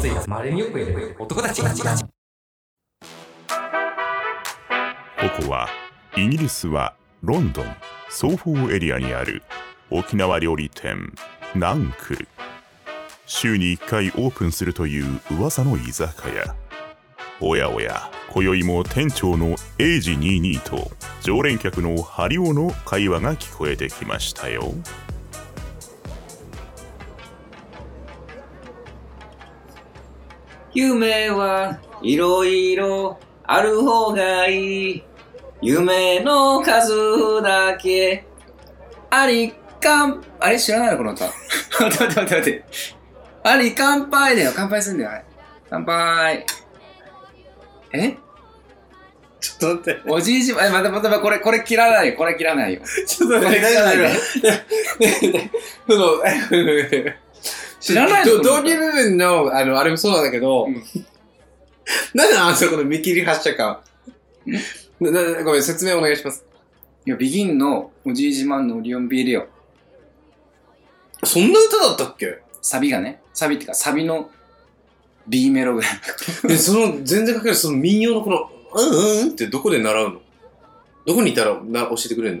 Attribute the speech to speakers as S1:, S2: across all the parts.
S1: つい周りによくいる男たち
S2: ここはイギリスはロンドンソーフォーエリアにある沖縄料理店ナンクル週に1回オープンするという噂の居酒屋おやおや今宵も店長のエイジ22と常連客のハリオの会話が聞こえてきましたよ
S3: 夢はいろいろある方がいい。夢の数だけありかん、あれ知らないのこの歌。 待って待って待って待って。あり乾杯だよ。乾杯すんだよ。あれ乾杯。え
S4: ちょっと待って。
S3: おじいじま、え、またまたまたこれ、これ切らないよ。これ切らないよ。
S4: ちょっと待って。
S3: 知らないの
S4: ねえねえそのえ
S3: 知らないの
S4: ど同義部分の、あの、あれもそうなんだけど、
S3: うん
S4: なんであのそこの見切り発車感。ななごめん、説明お願いします。
S3: いや、ビギンのおじいじマンのオリオンビールよ。
S4: そんな歌だったっけ
S3: サビがね、サビっていうか、サビの B メロぐらい。
S4: え、その、全然かける、その民謡のこの、うんうんってどこで習うのどこにいたらな教えてくれる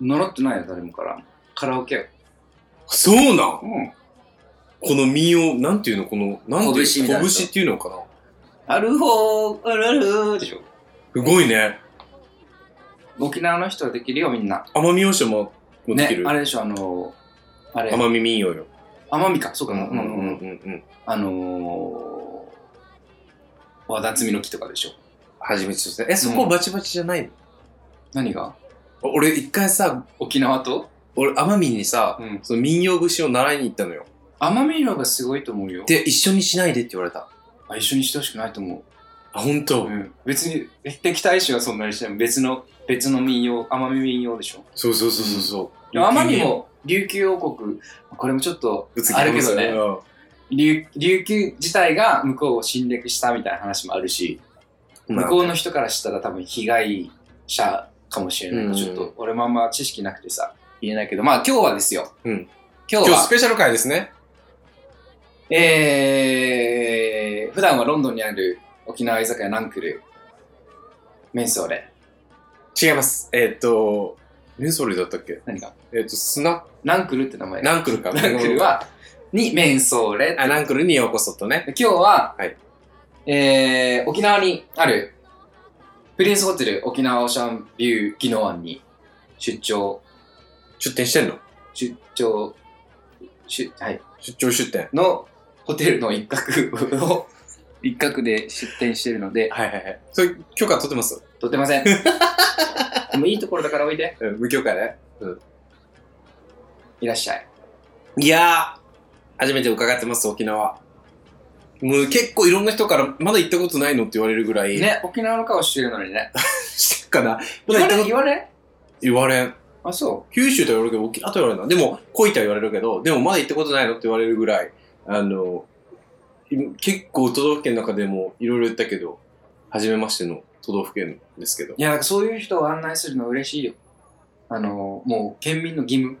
S4: の
S3: 習ってないよ、誰もから。カラオケよ。
S4: そうなん
S3: うん。
S4: この民謡、なんていうのこの、なんていう
S3: 拳みたいなやつ
S4: 拳っていうのかな
S3: あるほー、あるあるーでしょ。
S4: すごいね。
S3: 沖縄の人はできるよ、みんな。
S4: 奄美大島もでき
S3: ね
S4: る。、
S3: あれでしょ、あのー、あれ、
S4: 奄美民謡よ。
S3: 奄美か、そう
S4: う
S3: か、
S4: ん
S3: う
S4: うんん
S3: うんう
S4: うん
S3: ん、
S4: うんうん。
S3: あのー、和田摘みの木とかでしょ。
S4: 初めてですね。え、そこバチバチじゃないの、
S3: 何が
S4: 俺一回さ、
S3: 沖縄と
S4: 俺奄美にさ、
S3: うん。
S4: その民謡節を習いに行ったのよ。
S3: 奄美の方がすごいと思うよ。
S4: で、一緒にしないでって言われた。
S3: あ、一緒にしてほしくないと思
S4: あ、本当、
S3: う。うん。別に、敵対視はそんなにしてない。別の、別の民謡、奄美民謡でしょ。
S4: そうそうそうそうそう。
S3: でも奄美も、琉球王国、これもちょっと
S4: ぶつ、切
S3: ある
S4: りま
S3: け
S4: す
S3: ど
S4: よ
S3: ね。琉琉球自体が向こうを侵略したみたいな話もあるし、
S4: うん
S3: 向こうの人からしたら多分被害者かもしれない、
S4: うん
S3: ちょっと俺もあんま知識なくてさ言えないけどまあ今日はですよ、
S4: うん
S3: 今日
S4: 今日ス
S3: は
S4: ペシャル回ですね。
S3: えー、普段はロンドンにある沖縄居酒屋ナンクルメンソーレ
S4: 違います。えーっと、メンソールだったっけ
S3: 何か
S4: えーっと、スナ
S3: ナンクルって名前ナ
S4: ナンクルか。
S3: ンクルはにメンソーレ
S4: あ、ナンクルにようこそとね。
S3: で今日は、
S4: はい
S3: えー沖縄にあるプリンスホテル沖縄オーシャンビュー宜野湾に出張、
S4: 出店してんの
S3: 出張、出はい、
S4: 出張出店。
S3: のホテルの一角を、一角で出店してるので、
S4: はいはいはい。それ、許可取ってます
S3: とてま せん。もういいところだからおいで。
S4: うん、無許可ね。
S3: いらっしゃい。
S4: いやー、初めて伺ってます、沖縄。もう結構いろんな人から、まだ行ったことないのって言われるぐらい。。
S3: ね、沖縄の顔してるのにね。
S4: してっかな。まだ
S3: 言
S4: 行
S3: わ
S4: った
S3: れ
S4: こと
S3: 言われ
S4: 言われん。
S3: あ、そ
S4: 九州とは言われるけど、沖縄とは言われない。でも、恋とは言われるけど、でもまだ行ったことないのって言われるぐらい、あの、結構都道府県の中でもいろいろ言ったけど、初めましての都道府県で すけど
S3: う。。いや、なんかそういう人を案内するの嬉しいよ。あの、もう県民の義務。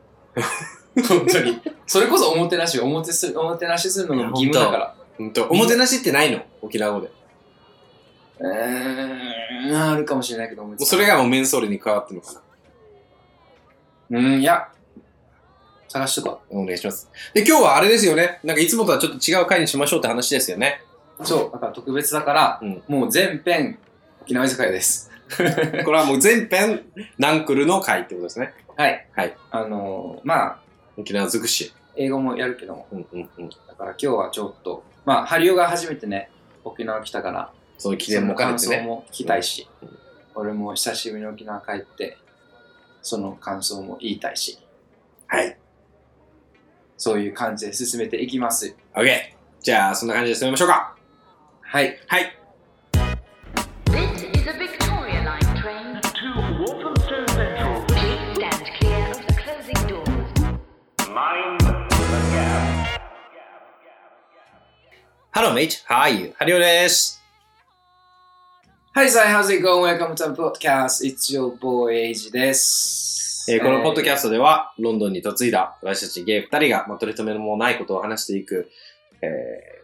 S4: 本当に。
S3: それこそおもてなし、おもてすおもてなしするのが義務だから。
S4: 本当。おもてなしってないの沖縄語で。も
S3: うーん、あるかもしれないけど、も
S4: うそれがもうメンソールに変わってるのかな。
S3: うん、いや、探しとこ
S4: お願いします。で、今日はあれですよね。なんかいつもとはちょっと違う回にしましょうって話ですよね。
S3: う。そう、だから特別だから、
S4: うん
S3: もう全編、沖縄居酒屋です。
S4: これはもう全編、ナンクルの回ってことですね。
S3: はい。
S4: はい。
S3: あのーまあ、
S4: 沖縄尽くし。
S3: 英語もやるけども、
S4: うんうんうん。
S3: だから今日はちょっと、まあ、ハリオが初めてね、沖縄来たから、
S4: その記念も兼ねて
S3: その感想
S4: ね。
S3: も聞きたいし、
S4: うん
S3: 俺も久しぶりに沖縄帰って、その感想も言いたいし、
S4: はい。
S3: そういう感じで進めていきます。
S4: オッケー。じゃあ、そんな感じで進めましょうか。
S3: はい。
S4: はい。
S5: This is a Victoria Line train to Walthamstow Central. Please stand clear of the closing doors.
S4: ハローメイチ、ハーユー、ハリオです。
S3: Hi, Sai, how's it going? Welcome to the podcast. It's your boy, Eiji です。
S4: えーこのポッドキャ
S3: ス
S4: ストでは、ロンドンに嫁いだ私たちゲイ2人が、まあ、取り留めもないことを話していく、え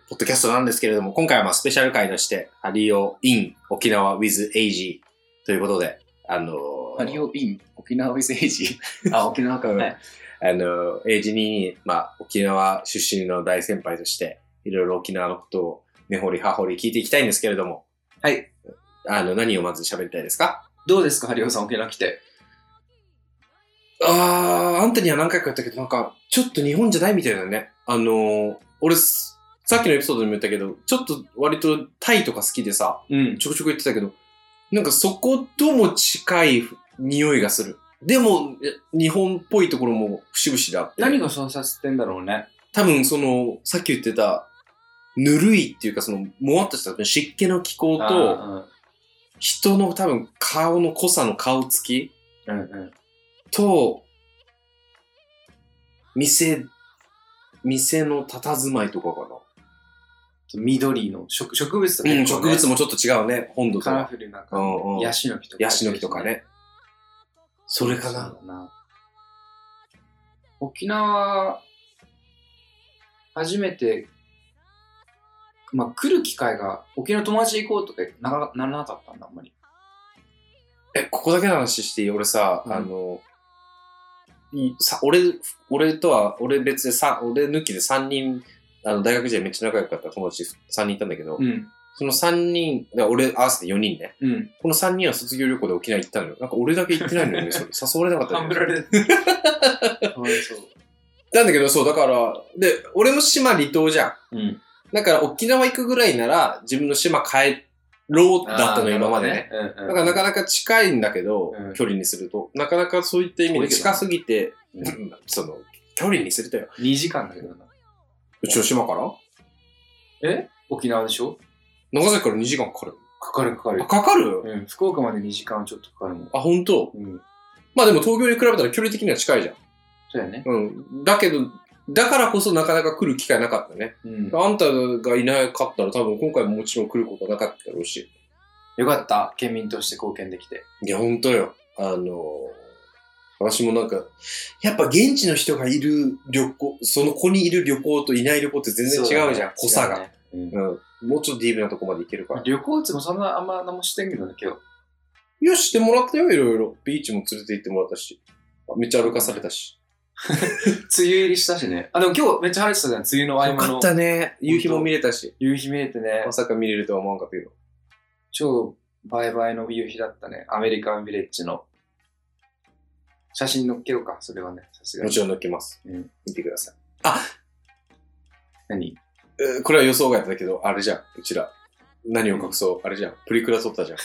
S4: ーポッドキャストなんですけれども、今回はまあスペシャル回として、ハリオ・イン・沖縄 with エイジということで、あのー
S3: ハリオ・イン、沖縄 with エイ ジ。あ、沖縄か。
S4: うん
S3: はい
S4: あの、エイジに、まあ、沖縄出身の大先輩として、いろいろ沖縄のことを根掘り葉掘り聞いていきたいんですけれども。
S3: はい。
S4: あの、何をまず喋りたいですか
S3: どうですか、ハリオさん、沖縄来て。
S4: あー、アントニーは何回かやったけど、なんか、ちょっと日本じゃないみたいだね。あの、俺、すさっきのエピソードでも言ったけど、ちょっと割とタイとか好きでさ、
S3: うん。
S4: ちょくちょく言ってたけど、なんかそことも近い匂いがする。でも、え日本っぽいところも節々であって。
S3: 何がそうさせてんだろうね。
S4: 多分その、さっき言ってた、ぬるいっていうかその、もわっとした湿気の気候と、
S3: あ
S4: 人の多分顔の濃さの顔つき
S3: ー、うん、うん、うん。
S4: と、店、店の佇まいとかか
S3: 緑の植植物とか
S4: な。
S3: ね、
S4: うん、植物もちょっと違うね、本土と
S3: カラ
S4: は。
S3: フルな
S4: う
S3: 感
S4: んうん。
S3: じ。ヤ
S4: ヤシ
S3: シの木とか。
S4: の木とか。ね。それか
S3: そ
S4: な。
S3: うだな。沖縄、初めて、まあ、来る機会が、沖縄友達行こうとかならならなかったんだ、あんまり。
S4: え、ここだけの話していい俺さ、
S3: うん
S4: あの、いさ、俺、俺とは、俺別でさ、俺抜きで3人、あの、大学時代めっちゃ仲良かった友達3人いたんだけど、
S3: ん。
S4: その3人、だから俺合わせて4人ね。
S3: うん。
S4: この3人は卒業旅行で沖縄行ったのよ。なんか俺だけ行ってない のよね、それ。誘われなかった
S3: 半
S4: の
S3: ぶ
S4: よ
S3: られて。かわい そう。
S4: なんだけど、そう、だから、で、俺も島離島じゃん。
S3: うん。
S4: だから沖縄行くぐらいなら、自分の島帰ろうだったのよ、今までね。。
S3: うん。
S4: だからなか
S3: か、
S4: なか近いんだけど、
S3: うん
S4: 距離にすると。なかなかそういった意味で
S3: 遠いけど
S4: 近
S3: な
S4: すぎて、
S3: う
S4: その、距離にするとよ。
S3: 2時間だけどな。
S4: うちの島から
S3: え沖縄でしょ
S4: 長崎から2時間かかる。
S3: かかるかかる
S4: あ、。かかる、
S3: うん。福岡まで2時間ちょっとかかるもん。
S4: あ、本当。
S3: うん。
S4: まあでも東京に比べたら距離的には近いじゃん。
S3: そうやね。
S4: うん。だけど、だからこそなかなか来る機会なかったね。
S3: うん。
S4: あんたがいなかったら多分今回ももちろん来ることはなかったろうし。
S3: よかった。県民として貢献できて。
S4: いや、ほんとよ。あのー私もなんか、やっぱ現地の人がいる旅行、その子にいる旅行といない旅行って全然違うじゃん、濃さが、
S3: 違うね。うん
S4: うん。もうちょっとディープなとこまで行けるから。
S3: 旅行地もそんなあんま何もしてんけどね、今日。
S4: いや、してもらったよ、いろいろ。ビーチも連れて行ってもらったし。めっちゃ歩かされたし。
S3: 梅雨入りしたしね。あ、でも今日めっちゃ晴れてたじゃん。梅雨の合
S4: よ
S3: 間
S4: か
S3: の
S4: ったね。夕日も見れたし。
S3: 夕日見れてね
S4: ま。さか見れるとは思わんかったけど。
S3: 超バイバイの夕日だったね。アメリカンビレッジの。写真載っけようか、それはね。さすが
S4: も
S3: に
S4: ち。ろん乗っけます。
S3: うん
S4: 見てください。
S3: 何
S4: えーこれは予想外だけど、あれじゃん、うちら。何を隠そう、あれじゃん。プリクラ撮ったじゃん。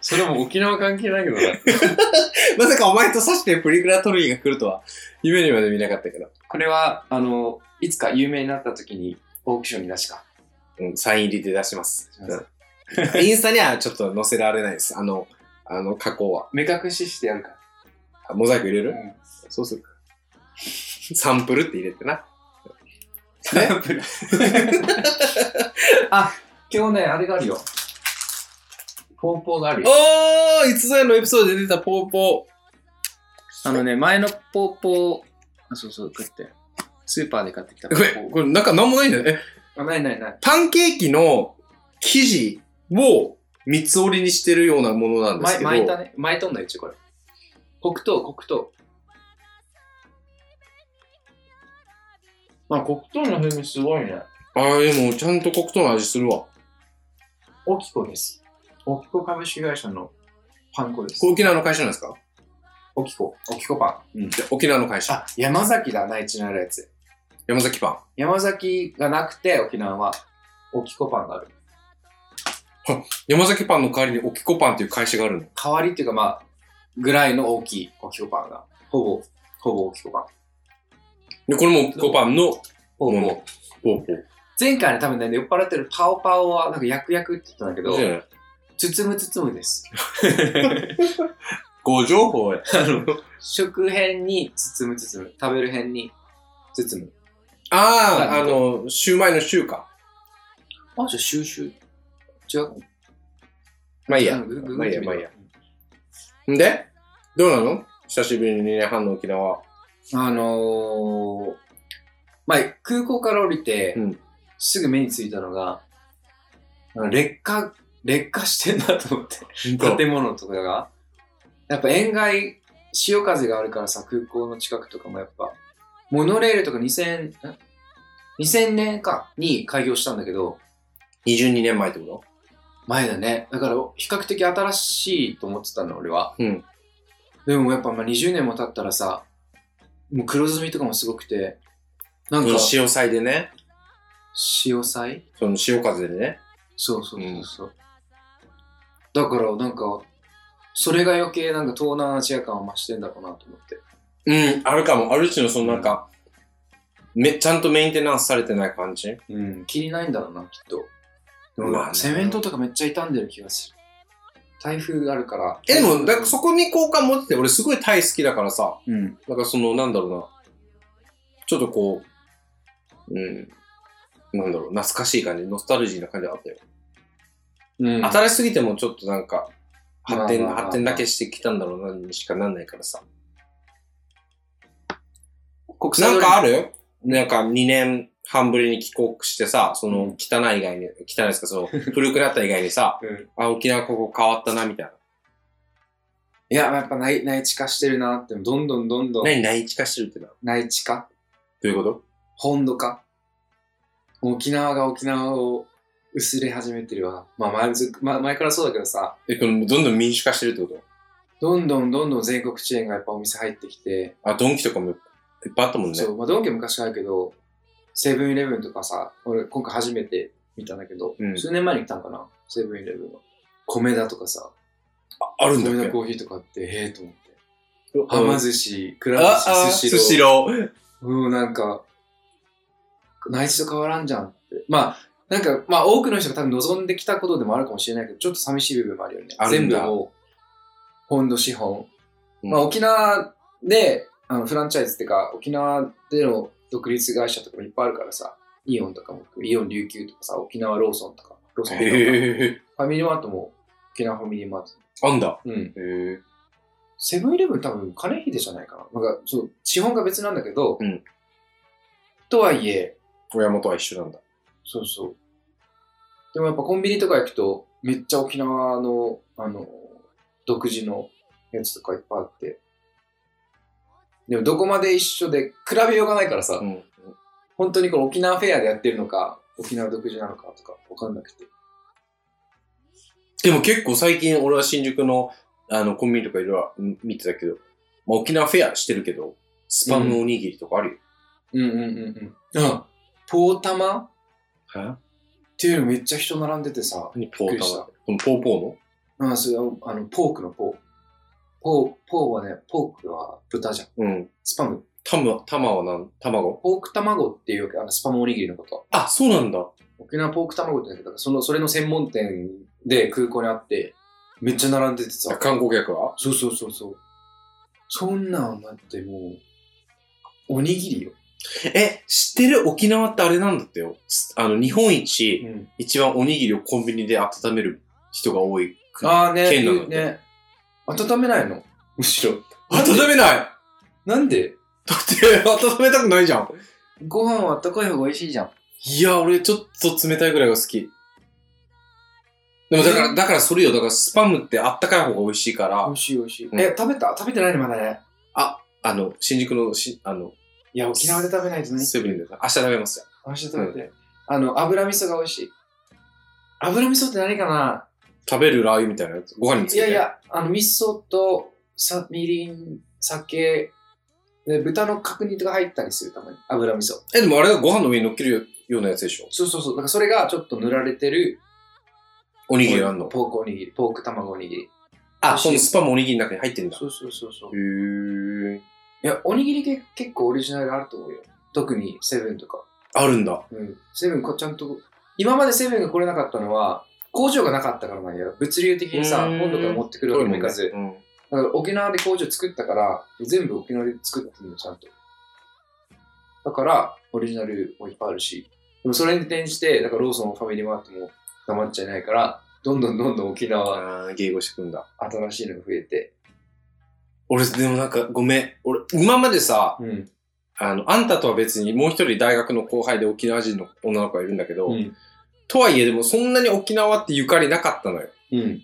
S3: それも沖縄関係ないけどね。
S4: まさかお前と刺してプリクラ撮る日が来るとは、夢にまで見なかったけど。
S3: これは、あの、いつか有名になった時にオークションに出した。
S4: うん、サイン入りで出します。
S3: 出しま
S4: うんインスタにはちょっと載せられないです。あの、あの、加工は。
S3: 目隠ししてやるか
S4: あモザイク入れ
S3: ら。
S4: る、そうするか。サンプルって入れてな。
S3: ねあ、今日ね、あれがあるよ。ポーポーがあるよ。
S4: おーいつぞやのエピソードで出たポーポ
S3: あのね、前のポーポー、あ、そうそう、食って。スーパーで買ってきた
S4: ー。
S3: ポ
S4: これ、
S3: ーポ
S4: これなんかなんもないんだよね。え
S3: ー。あ、ないないない。
S4: パンケーキの生地を三つ折りにしてるようなものなんです
S3: 巻
S4: け
S3: い巻い
S4: ど。
S3: たね。巻いとんだよ、一応これ。黒糖、黒糖。あ、黒糖の風味すごいね。
S4: ああ、でもちゃんと黒糖の味するわ。
S3: オキコです。オキコ株式会社のパン粉です。
S4: 沖縄の会社なんですか
S3: オキコ、オキコパン。うん。
S4: で沖縄の会社。
S3: あ、山崎だ、内地のあるやつ。
S4: 山崎パン。
S3: 山崎がなくて、沖縄は、オキコパンがある。
S4: 山崎パンの代わりに沖子パンっていう会社があるの。
S3: 代わりっていうか、まあ、ぐらいの大きいオキコパンが。ほぼ、ほぼオキコパン。
S4: で、これも沖子パンの
S3: ほぼ。
S4: もの。ポーポ
S3: 前回ね、多分ね、酔っ払ってるパオパオは、なんか、ヤクヤクって言ったんだけど
S4: ー。、ね
S3: 包む包むです。
S4: ご情報や。
S3: 食編に包む包む。食べる編に包む。
S4: ああ、あの、シューマイのシューか。
S3: あ、じゃあ、収集。違う
S4: まあいいや。
S6: うん
S4: まあいいや、まあいいや。んでどうなの久しぶりに2年半の沖縄。
S3: あのー、まあ、空港から降りて、
S4: うん
S3: すぐ目についたのが、あの劣化、劣化してんだと思って、建物とかが。やっぱ沿岸、潮風があるからさ、空港の近くとかもやっぱ、モノレールとか2000、ん2000年かに開業したんだけど、
S4: 22年前ってこ
S3: 前だね。だから、比較的新しいと思ってたの、俺は。
S4: とうん。
S3: でもやっぱまあ20年も経ったらさ、もう黒ずみとかもすごくて、なんか、
S4: 潮騒でね、
S3: 潮騒
S4: その潮風でね。
S3: そうそうそうそう。だからなんか、それが余計なんか東南アジア感を増してんだろうなと思って。
S4: うん、あるかも。ある種のそのなんか、め、ちゃんとメンテナンスされてない感じ
S3: うん、気にないんだろうな、きっと。でも
S4: まあね
S3: セメントとかめっちゃ傷んでる気がする。台風があるから。
S4: え、でも、だそこに好感持ってて、俺すごいタイ好きだからさ、
S3: うん。
S4: なんかその、なんだろうな、ちょっとこう、うん、なんだろう、懐かしい感じ、ノスタルジーな感じがあったよ。
S3: うん、
S4: 新しすぎてもちょっとなんか、発展、
S3: まあまあまあ
S4: 発展だけしてきたんだろうな、にしかなんないからさ。
S3: 国際
S4: なん
S3: 通り
S4: かあるなんか2年半ぶりに帰国してさ、その
S3: うん
S4: 汚い以外に、汚いですか、そ の古くなった以外にさ、
S3: うん
S4: あ、沖縄ここ変わったな、みたいな。
S3: いや、やっぱ内内地化してるなって、どんどんどんどん
S4: 何内地化してるってな。ど
S3: 内地化
S4: ういうこと
S3: 本土化沖縄が沖縄を薄れ始めてるわ。まあ前ず、ま、前からそうだけどさ、
S4: え、このどんどん民主化してるってこと
S3: どんどんどんどん全国チェーンがやっぱお店入ってきて、
S4: あ、ドンキとかもいっぱいあったもんね。
S3: そう、まあドンキは昔からあるけど、セブンイレブンとかさ、俺今回初めて見たんだけど、
S4: うん
S3: 数年前に来たんかなセブンイレブンの。米田とかさ、
S4: ああるんだ
S3: 米
S4: っ
S3: 田
S4: け
S3: コーヒーとかあって、へえと思って。
S4: あ
S3: はま寿司、くら
S4: ああ
S3: 寿司、
S4: ス
S3: スシ
S4: シ
S3: ロ
S4: ロー。
S3: ー。うん、なんか、内地と変わらんじゃんって。まあ、なんか、まあ多くの人が多分望んできたことでもあるかもしれないけど、ちょっと寂しい部分もあるよね。
S4: ある
S3: 全
S4: んだ
S3: 部もう、本土資本、
S4: うん
S3: まあ、沖縄であのフランチャイズっていうか沖縄での独立会社とかもいっぱいあるからさイオンとかもイオン琉球とかさ沖縄ローソンとかローソンとかフ
S4: へえ。
S3: ァミリーマートも沖縄ファミリーマート、
S4: あんだ。
S3: うん、
S4: へえ。
S3: セブンイレブン多分金秀じゃないかななんかそう資本が別なんだけど、
S4: うん
S3: とはいえ
S4: 親元は一緒なんだ。
S3: そうそうでもやっぱコンビニとか行くとめっちゃ沖縄のあの独自のやつとかいっぱいあってでもどこまで一緒で比べようがないからさ、
S4: うん。
S3: 本当にこの沖縄フェアでやってるのか、沖縄独自なのかとか分かんなくて。
S4: でも結構最近俺は新宿のあのコンビニとかいろいろ見てたけど、まあ、沖縄フェアしてるけど、スパムおにぎりとかあるよ。
S3: うんうんうんうん。あ、ポータマっ
S4: え
S3: ていうのめっちゃ人並んでてさ、
S4: 何ポー
S3: びっく
S4: タ
S3: りし
S4: ー
S3: た
S4: このポーポーの
S3: あそれはあのポークのポー。ポー、ポーはね、ポークは豚じゃん。
S4: うん。
S3: スパム。
S4: タム、タマは何卵
S3: ポーク卵っていうわけあのスパムおにぎりのこと。
S4: あ、そうなんだ。
S3: 沖縄ポーク卵って言うんだけど、その、それの専門店で空港にあって、めっちゃ並んでてさ、
S4: あ観光客は
S3: そうそうそうそう。そんなんだってもう、おにぎりよ。
S4: え、知ってる沖縄ってあれなんだってよ。すあの、日本一、
S3: ん。
S4: 一番おにぎりをコンビニで温める人が多い。
S3: ああね、
S4: 剣なの
S3: ね。温めないのむしろ。
S4: 温めないだ
S3: なんで
S4: って、温めたくないじゃん。
S3: ご飯はあったかい方が美味しいじゃん。
S4: いや、俺ちょっと冷たいぐらいが好き。でもだから、だからそれよ。だからスパムってあったかい方が美味しいから、
S3: 美味しい美味しい。
S4: うん
S3: え、食べた食べてないのまだね。
S4: あの、新宿のし、あの、
S3: いや、沖縄で食べないとね。
S4: セブンで、明日食べますよ。
S3: 明日食べて。あの、油味噌が美味しい。油味噌って何かな
S4: 食べるラー油みたいなやつ。ご飯につ
S3: い
S4: け
S3: や
S4: て。
S3: いや、あの、味噌と、さ、みりん、酒、で、豚の角煮とか入ったりするたまに。油味噌。
S4: え、でもあれがご飯の上に乗っけるよようなやつでしょ
S3: そうそうそう。だからそれがちょっと塗られてる。
S4: おにぎりがあんの。
S3: ポークおにぎり、ポーク卵おにぎり。
S4: あ、そのスパムおにぎりの中に入ってるんだ。へ
S3: そうそうそうそう。
S4: ー。
S3: いや、おにぎり系結構オリジナルあると思うよ。特にセブンとか。
S4: あるんだ。
S3: うん。セブンこちゃんと、今までセブンが来れなかったのは、工場がなかったからなんや。物流的にさ、
S4: うーん
S3: 本土から持ってくるわけにもいかず。
S4: うん。
S3: だから沖縄で工場作ったから、全部沖縄で作ってるの、ちゃんと。だから、オリジナルもいっぱいあるし。でもそれに転じて、だからローソン、ファミリーマートも黙っちゃいないから、どんどんどんどん沖縄、
S4: あー迎合してくんだ。
S3: 新しいのが増えて。
S4: 俺、でもなんか、ごめん。俺、今までさ、
S3: うん。
S4: あの、あんたとは別にもう一人大学の後輩で沖縄人の女の子がいるんだけど、
S3: うん。
S4: とはいえでもそんなに沖縄ってゆかりなかったのよ。
S3: うん。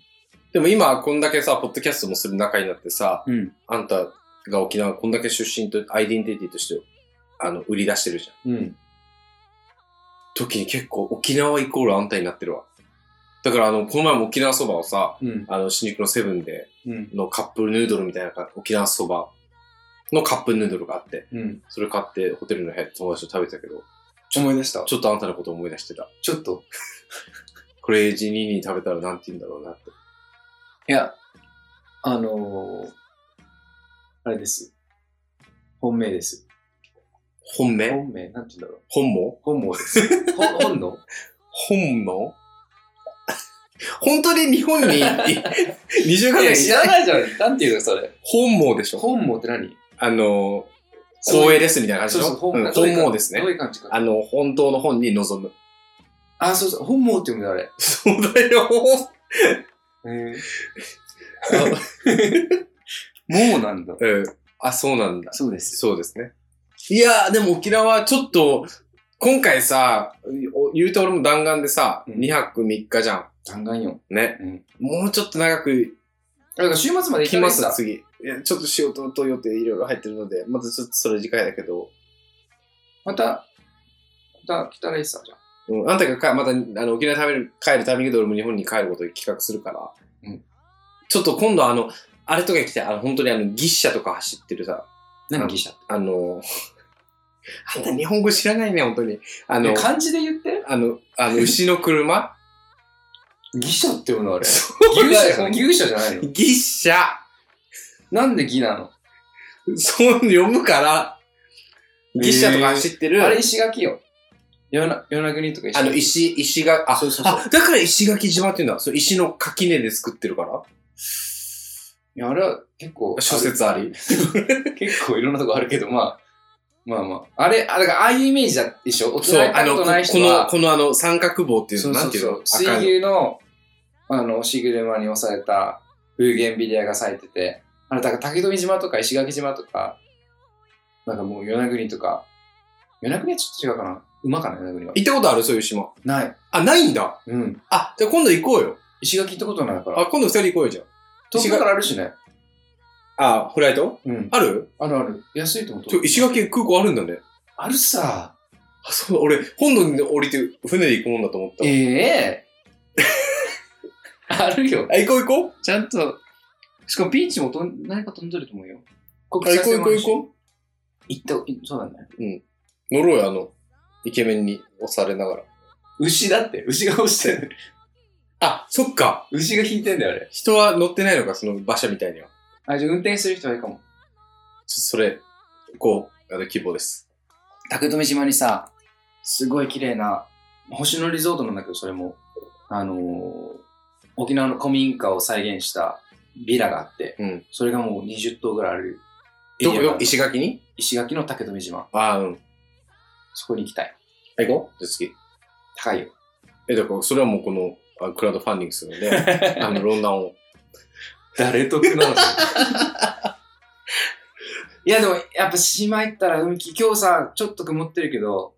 S4: でも今、こんだけさ、ポッドキャストもする仲になってさ、
S3: うん。
S4: あんたが沖縄こんだけ出身とアイデンティティとして、あの、売り出してるじゃん。
S3: うん。
S4: 時に結構沖縄イコールあんたになってるわ。だからあの、この前も沖縄そばをさ、
S3: うん。
S4: あの、新宿のセブンで
S3: うん。
S4: のカップヌードルみたいなか沖縄そばのカップヌードルがあって、
S3: うん。
S4: それ買ってホテルの部屋で友達と食べたけど、
S3: 思い出した。
S4: ちょっとあんたのこと思い出してた。
S3: ちょっと。
S4: クレイジーニーニー食べたらなんて言うんだろうなって。
S3: いや、あのー、あれです。本命です。
S4: 本命
S3: 本命なんて言うんだろう。
S4: 本も
S3: 本望です。ほ本能
S4: 本の本当に日本 に 20
S3: い
S4: 回
S3: や、
S4: 目
S3: 知らないじゃん。 なんて言うの、それ。
S4: 本望でしょ
S3: 本望って何
S4: あの、光栄ですみたいな感じ
S3: そう
S4: でし
S3: そう、
S4: ょ
S3: 本
S4: うん
S3: 望。
S4: 本望ですね
S3: どう。いう感じか。
S4: あの、本当の本に望む。
S3: あ、そうそう、本望って言うんだよ、あれ。
S4: そうだよ。
S3: もうなんだ。
S4: うん。あ、そうなん だ。
S3: そうです。
S4: そうですね。いやー、でも沖縄ちょっと、今回さ、お言うと俺も弾丸でさ、
S3: うん
S4: 2泊3日じゃ
S3: 弾丸よ。
S4: ん。ね。
S3: うん
S4: もうちょっと長く
S3: だから週末まで
S4: 行
S3: 行
S4: き
S3: きま
S4: ますす、次。いや、ちょっと仕事と予定いろいろ入ってるので、またちょっとそれ次回だけど、
S3: また、また来たらいいさ、じゃあ。
S4: うん、あんたがかまたあの沖縄食べる帰るタイミングで俺も日本に帰ることを企画するから、
S3: うん
S4: ちょっと今度あのあれとか来てあの本当にあのギッシャとか走ってるさ
S3: 何ギシャ
S4: あの あんた日本語知らないね本当にあの
S3: 漢字で言って
S4: あのあの牛の車
S3: ギシャって言うのあれ。
S4: う
S3: 牛
S4: だ
S3: 舎
S4: よ
S3: じゃない牛舎じゃないの。
S4: ギッシャ
S3: なんでギなの
S4: そう読むからギッシャとか走ってる、
S3: あれ石垣よ。夜な夜な国とか石
S4: あ
S3: 垣。
S4: の石石があ
S3: そうそうそう
S4: あだから石垣島っていうんだそう石の垣根で作ってるから
S3: いや、あれは結構。
S4: 諸説あり。
S3: 結構いろんなとこある けど、まあ。まあまあ。あれ、あだからああいうイメージだでしょ大人
S4: そう、
S3: 行っ
S4: あ
S3: た
S4: の、
S3: こ
S4: こと
S3: ない人
S4: の、
S3: は。
S4: このあの、三角棒っていう
S3: そ
S4: の、
S3: う
S4: な
S3: そ
S4: ん
S3: う
S4: ていう
S3: そう
S4: の。
S3: 水
S4: 赤い
S3: 牛の、あの、牛車に押された風源ビデアが咲いてて、あれ、だから竹富島とか石垣島とか、なんかもう与那国とか、与那国はちょっと違うかな馬かな与那国は。
S4: 行ったことあるそういう島。
S3: ない。
S4: あ、ないんだ。
S3: うん。
S4: あ、じゃあ今度行こうよ。
S3: 石垣行ったことないから。
S4: あ、今度二人行こうよ、じゃ
S3: 東京からあるしね。
S4: あ。あ、フライト
S3: うん。
S4: ある
S3: あるある。安いと思う
S4: ちょ。石垣空港あるんだね。
S3: あるさ。
S4: あ、そう、俺、本土に降りて船で行くもんだと思った。
S3: ええあるよ。
S4: あ、行こう行こう。
S3: ちゃんと、しかもビーチもとん何か飛んでると思うよ。
S4: あ、行こう行こう行こ
S3: 行った、いそうなんだね。
S4: う。乗ろうよ、あの、イケメンに押されながら。
S3: 牛だって、牛が落ちてる。
S4: あ、そっか。
S3: 牛が引いてんだよ、あれ。
S4: 人は乗ってないのか、その馬車みたいには。
S3: あ、じゃあ運転する人はいいかも。
S4: ちょそれ、こう、あの、希望です。
S3: 竹富島にさ、すごい綺麗な、星野リゾートなんだけど、それも、あのー沖縄の古民家を再現したビラがあって、
S4: うん
S3: それがもう20棟ぐらいあるエリ
S4: ど
S3: ア
S4: こ
S3: があ
S4: よ
S3: る。
S4: 石垣に
S3: 石垣の竹富島。
S4: あ、うん。
S3: そこに行きたい。
S4: 行こう。じゃあ次。
S3: 高いよ。
S4: え、だから、それはもうこの、あクラウドファンディングするんで、あの、ロンダンを。
S3: 誰得なのいやでもやっぱ島行ったら海き今日さちょっと曇ってるけど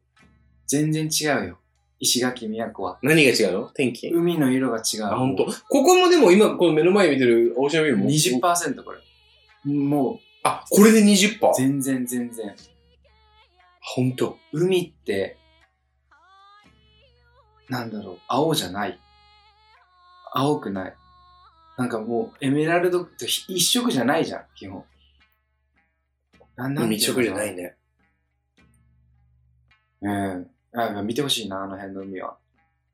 S3: 全然違うよ石垣宮古は
S4: 何が違うの天気
S3: 海の色が違う
S4: あ、本当。ここもでも今、この目の前に見てるオーシャンビューも。
S3: 20%これも
S4: あ、これで 20%?
S3: う全然全然
S4: 本当。
S3: 海ってなんだろう青じゃない青くないなんかもうエメラルドと一色じゃないじゃん基本ななんて
S4: 海
S3: いうの
S4: 食
S3: か
S4: じゃないね。
S3: うん。あ見てほしいな、あの辺の海は。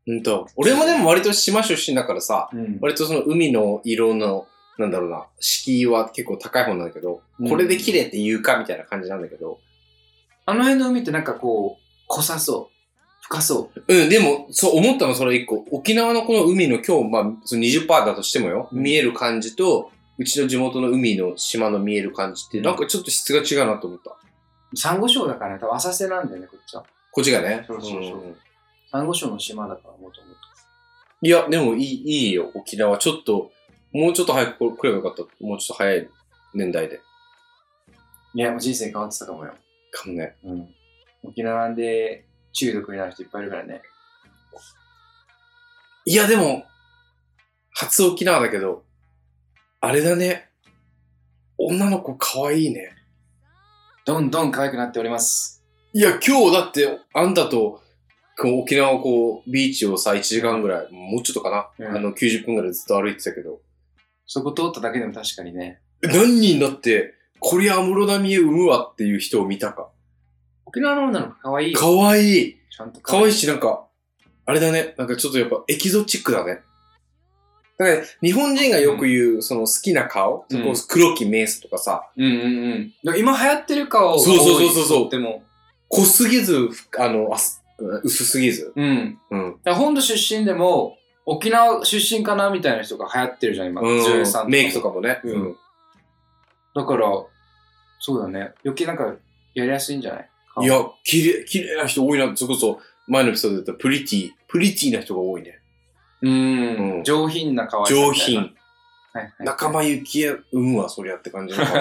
S4: 本当。俺もでも割と島出身だからさ、
S3: うん
S4: 割とその海の色の、なんだろうな、敷居は結構高い方なんだけど、
S3: うん
S4: これで綺麗って言うかみたいな感じなんだけど。
S3: あの辺の海ってなんかこう、濃さそう。深そう。
S4: うん、でも、そう思ったの、それ一個。沖縄のこの海の今日、まあ、その20%だとしてもよ、
S3: うん
S4: 見える感じと、うちの地元の海の島の見える感じって、なんかちょっと質が違うなと思った。
S3: サンゴ礁だからね、多分浅瀬なんだよね、こっちは。
S4: こっちがね。
S3: そうそうそうんサンゴ礁の島だからもともと。
S4: いや、でもいいいいよ、沖縄。ちょっと、もうちょっと早く来ればよかった。もうちょっと早い年代で。
S3: いや、もう人生変わってたかもよ。
S4: かもね。
S3: うん。沖縄で中毒になる人いっぱいいるからね。
S4: いや、でも、初沖縄だけど、あれだね。女の子可愛いね。
S3: どんどん可愛くなっております。
S4: いや、今日だって、あんたと、こう沖縄をこう、ビーチをさ、1時間ぐらい、もうちょっとかな、
S3: うん
S4: あの、90分ぐらいずっと歩いてたけど、
S3: そこ通っただけでも確かにね。
S4: 何人だって、これ安室奈美恵産むわっていう人を見たか。
S3: 沖縄の女の子可愛いよ。
S4: 可愛い
S3: ちゃんと
S4: 可愛いし、なんか、あれだね。なんかちょっとやっぱエキゾチックだね。だから、日本人がよく言う、その好きな顔、
S3: うん
S4: そこ黒木メイサとかさ、
S3: うんうんうん。だから今流行ってる顔を
S4: そうそうそうそうそう
S3: でも、
S4: 濃すぎず、ふあの、あす薄すぎず。
S3: うん。
S4: うん。
S3: だから本土出身でも、沖縄出身かなみたいな人が流行ってるじゃん、今。女優さん
S4: メイクとかもね。
S3: うん
S4: うん
S3: だから、そうだね。余計なんか、やりやすいんじゃない
S4: いや、綺麗、綺麗な人多いな。それこそ、前のエピソードで言ったプリティ、プリティな人が多いね。
S3: うー
S4: うん
S3: ん。上品な可愛さ
S4: 上
S3: みたいな。
S4: 品。
S3: はいはい。
S4: 仲間由紀恵、うんわ、そりゃって感じ の顔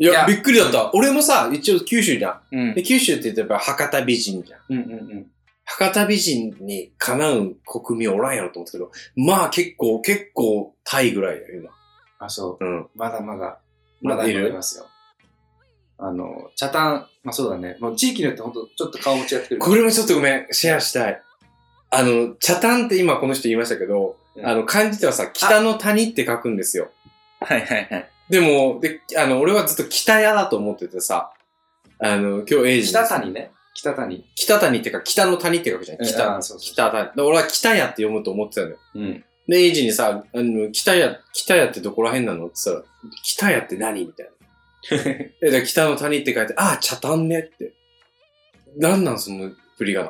S4: い
S3: い
S4: や、
S3: や
S4: びっくりだった。俺もさ、一応九州じゃ
S3: うん
S4: ん。で、。九州って言ったらやっぱ博多美人じゃん。
S3: うんうん
S4: 博多美人にかなう国民おらんやろと思ったけど、まあ結構、結構、タイぐらいだよ、今。
S3: うん。あ、そう。
S4: うん。
S3: まだまだ、
S4: ま
S3: ま
S4: だ
S3: だ
S4: い
S3: い
S4: る
S3: ますよ。あの、茶炭、まあそうだね。もう地域によってほんと、ちょっと顔も違ってくる。
S4: これもちょっとごめん、シェアしたい。あの、茶炭って今この人言いましたけど、
S3: うん
S4: あの、漢字ではさ、北の谷って書くんですよ。
S3: はいはいはい。
S4: でも、で、あの、俺はずっと北屋だと思っててさ、あの、今日エイジに
S3: 北谷ね。北谷。
S4: 北谷ってか、北の谷って書くじゃん。
S3: え
S4: 北、
S3: あそうそう
S4: 北谷。で俺は北屋って読むと思ってたのよ。
S3: うん。
S4: で、エイジにさ、あの、北谷、北谷ってどこら辺なのって言ったら、北谷って何みたいな。 え、だから北の谷って書いて、ああ、茶炭ねって。なんなんその振り仮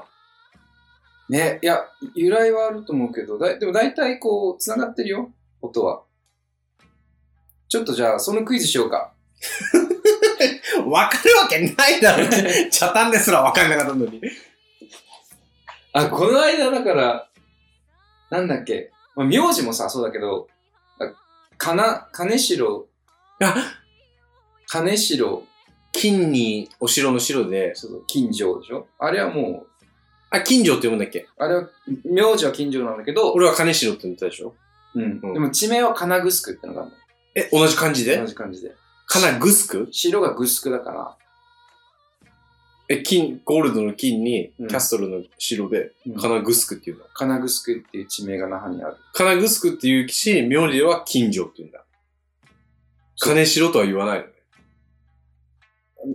S4: 名。
S3: ね、いや、由来はあると思うけど、だいでも大体こう、つながってるよ、音は。ちょっとじゃあ、そのクイズしようか。
S4: わかるわけない だろ茶炭ですらわかんなかったのに。
S3: あ、この間だから、なんだっけ、まあ、名字もさ、そうだけど、あかな、金城、
S4: あ
S3: 金城、
S4: 金にお城の城で、
S3: そう金城でしょあれはもう、
S4: あ、金城って読むんだっけ
S3: あれは、名字は金城なんだけど、
S4: 俺は金城って言ってたでしょ
S3: うん。
S4: うん
S3: でも地名は金グスクってのがあるの
S4: え、同じ漢字で
S3: 同じ感じで。
S4: かなグスク
S3: 白がグスクだから、
S4: え、金、ゴールドの金に、キ
S3: うん
S4: ャストルの城で、
S3: うん
S4: かなグスクっていうの。
S3: 金グスクっていう地名が那覇にある。
S4: かなグスクっていうし、名字では金城って言うんだ。
S3: そう
S4: 金城とは言わないのね。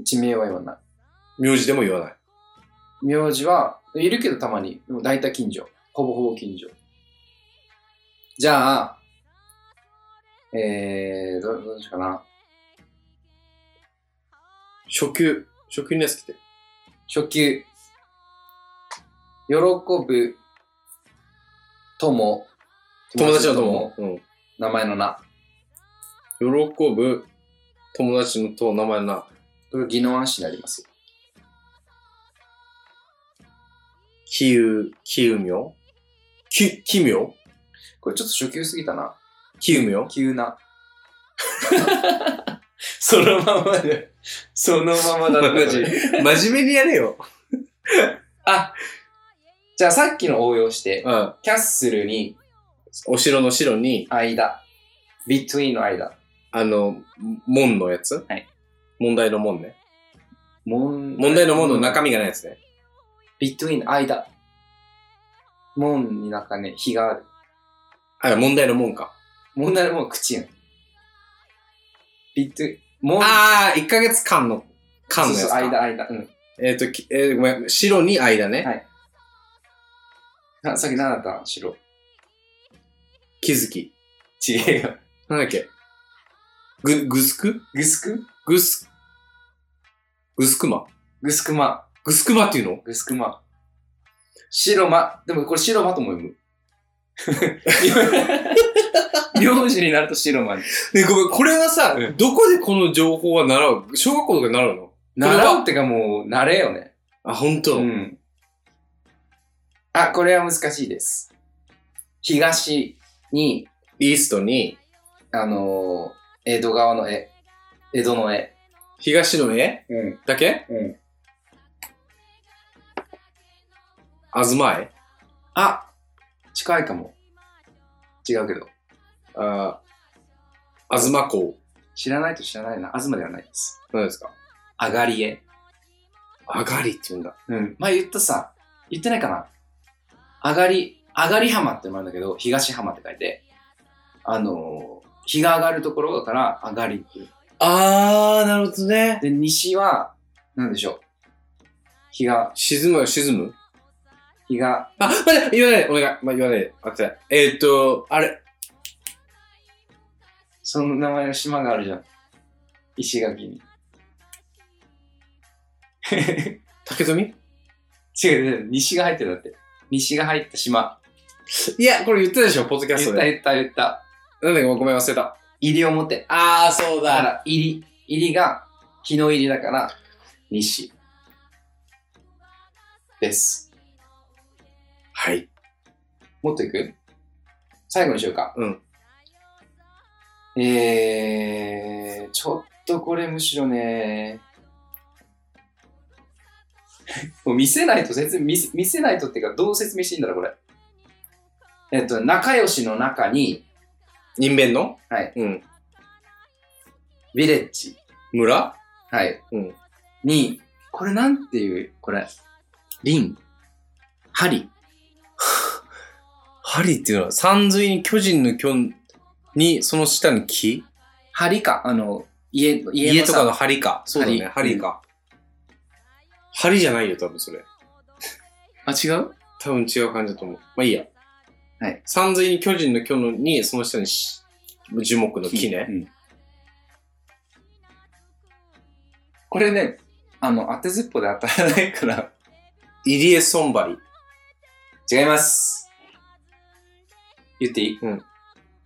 S3: 地名は言わない。
S4: 名字でも言わない。
S3: 名字はいるけどたまに、でも大体近所。ほぼほぼ近所。じゃあ、えー、どどうしようかな。
S4: 初級、初級のやつ来て。
S3: 初級。喜ぶ、友。
S4: 友達の友。
S3: 名前の名。
S4: うん。喜ぶ、友達のと名前のな。
S3: これ、技能案詞になりますよ。
S4: きう、きうみょき、きみょ
S3: これちょっと初級すぎたな。
S4: きうみょ
S3: 急 な。そのままで。そのままだったから。
S4: 真面目にやれよ。
S3: あ、じゃあさっきの応用して。
S4: うん。
S3: キャッスルに
S4: お城の城に、
S3: 間。between の間。
S4: あの、門のやつ
S3: はい。
S4: 問題の門ね。
S3: 問
S4: 問題の門の中身がないやつね。
S3: between 間。門に中ね、日がある。
S4: あ、問題の門か。
S3: 問題の門は口やん。between、門
S4: ああ、1ヶ月間の、間の
S3: そう
S4: やつ
S3: そう、
S4: か。
S3: 間、間。うん
S4: えっ、と、きえーごめん、白に間ね。
S3: はいあ。さっき何だった白。
S4: 気づき。
S3: ちげえよ。
S4: なんだっけぐ、ぐすく
S3: グスク
S4: ぐす、ぐすくま
S3: グスクマ。
S4: ぐすくまっていうの
S3: グスクマ。白マ。でもこれ白マとも読む。 名字になると白マに。
S4: ね、ごめん、これはさ、
S3: うん
S4: どこでこの情報は習う小学校とかで習うの
S3: 習うってかもう、慣れよね。
S4: あ、本当、
S3: うん。あ、これは難しいです。東に、
S4: イーストに、
S3: あのー江戸川の絵。江戸の絵。
S4: 東の絵
S3: うん。
S4: だけ
S3: うん。
S4: 東絵
S3: あ近いかも。違うけど。
S4: あー、東港。
S3: 知らないと知らないな。東ではないです。
S4: 何ですか
S3: あがり絵。
S4: あがりって言うんだ。
S3: うん。前言ったさ、言ってないかな。あがり、あがり浜ってのもあるんだけど、東浜って書いて、あのー日が上がるところから上がりっていう。
S4: あー、なるほどね。
S3: で、西は、なんでしょう。日が、
S4: 沈むよ、沈む。
S3: 日が、
S4: あ、待って、 言わないで、お願い。まあ、言わないで。待って。えーっと、あれ、
S3: その名前の島があるじゃん。石垣に。
S4: 竹富
S3: 違う違う、西が入ってるんだって。西が入った島。
S4: いや、これ言ったでしょ、ポッドキャス
S3: 言っ
S4: ト
S3: た
S4: で。
S3: 言った言った。
S4: なんだっけ、ごめん、忘れた。
S3: 入り表。
S4: あー、そう
S3: だか
S4: だ。
S3: ら、入り。入りが、日の入りだから、西。です。
S4: はい。
S3: もっといく最後にしようか。
S4: うん。
S3: えー、ちょっとこれむしろね、 もう見せないと説明見せ、見せないとっていうか、どう説明していいんだろう、これ。えっと、仲良しの中に、
S4: 人弁の
S3: はい。
S4: うん。
S3: ヴィレッジ、
S4: 村
S3: はい。
S4: うん
S3: に、これなんていう、これ、リン、ハ リ、
S4: ハリっていうのは、山水に巨人の巨に、その下に木
S3: ハリか、あの、家、家
S4: 家
S3: のさ
S4: とかの針か。そうだね、
S3: 針
S4: 針か。針じゃないよ、多分それ。
S3: あ、違う
S4: 多分違う感じだと思う。まあいいや。
S3: はい。
S4: 山水に巨人の巨のに、その下にし樹木の木ね。
S3: うんこれね、あの、当てずっぽで当たらないから。
S4: 入江ソンバリ。
S3: 違います。言っていい
S4: うん。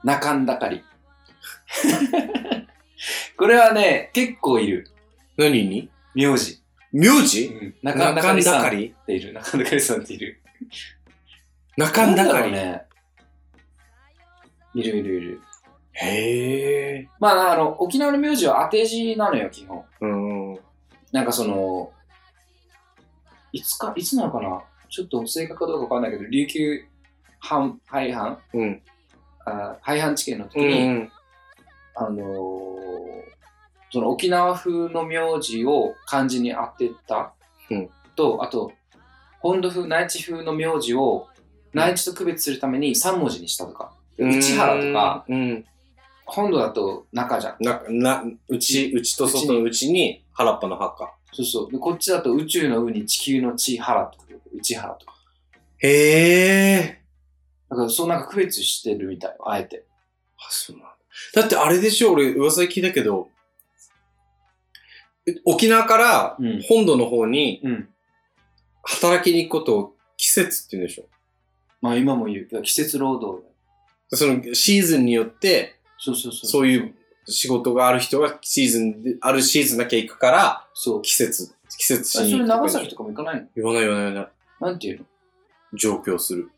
S3: 中んだかり。 これはね、結構いる。
S4: 何に
S3: 名字。
S4: 名字
S3: 中んだかりさんっ
S4: り
S3: ている。中んだかりさんっている。
S4: 中んだか
S3: なんだ
S4: り。
S3: ろうね。いるいるいる。
S4: へえ。
S3: まあ、あの、沖縄の名字は当て字なのよ、基本。
S4: うん。
S3: なんかその、いつか、いつなのかなちょっと正確かどうかわかんないけど、琉球藩、廃藩
S4: うん。
S3: あ廃藩地形の時
S4: う
S3: に、
S4: ん。
S3: あのーその沖縄風の名字を漢字に当てた、
S4: うん
S3: と、あと、本土風、内地風の名字を内地と区別するために3文字にしたとか、内原とか、
S4: うん。
S3: 本土だと中じゃん。
S4: な、な、内、内と外の内に原っぱの葉か。
S3: そうそう。でこっちだと宇宙の宇に地球の地原とか、内原とか。
S4: へえ。
S3: だからそうなんか区別してるみたい、あえて。
S4: あ、そうなんだ。だってあれでしょ、俺噂で聞いたけど、え沖縄から
S3: うん
S4: 本土の方に
S3: うん。
S4: 働きに行くことを季節って言うんでしょ。
S3: まあ今も言うけど、季節労働。
S4: そのシーズンによって、
S3: そうそうそう。
S4: そういう仕事がある人がシーズンで、あるシーズンだけ行くから、
S3: そう。
S4: 季節、季節し
S3: あそ
S4: に
S3: れ
S4: 行く
S3: 長崎とかも行かないの
S4: 言わない言わない言わな
S3: なんていうの
S4: い。上京する。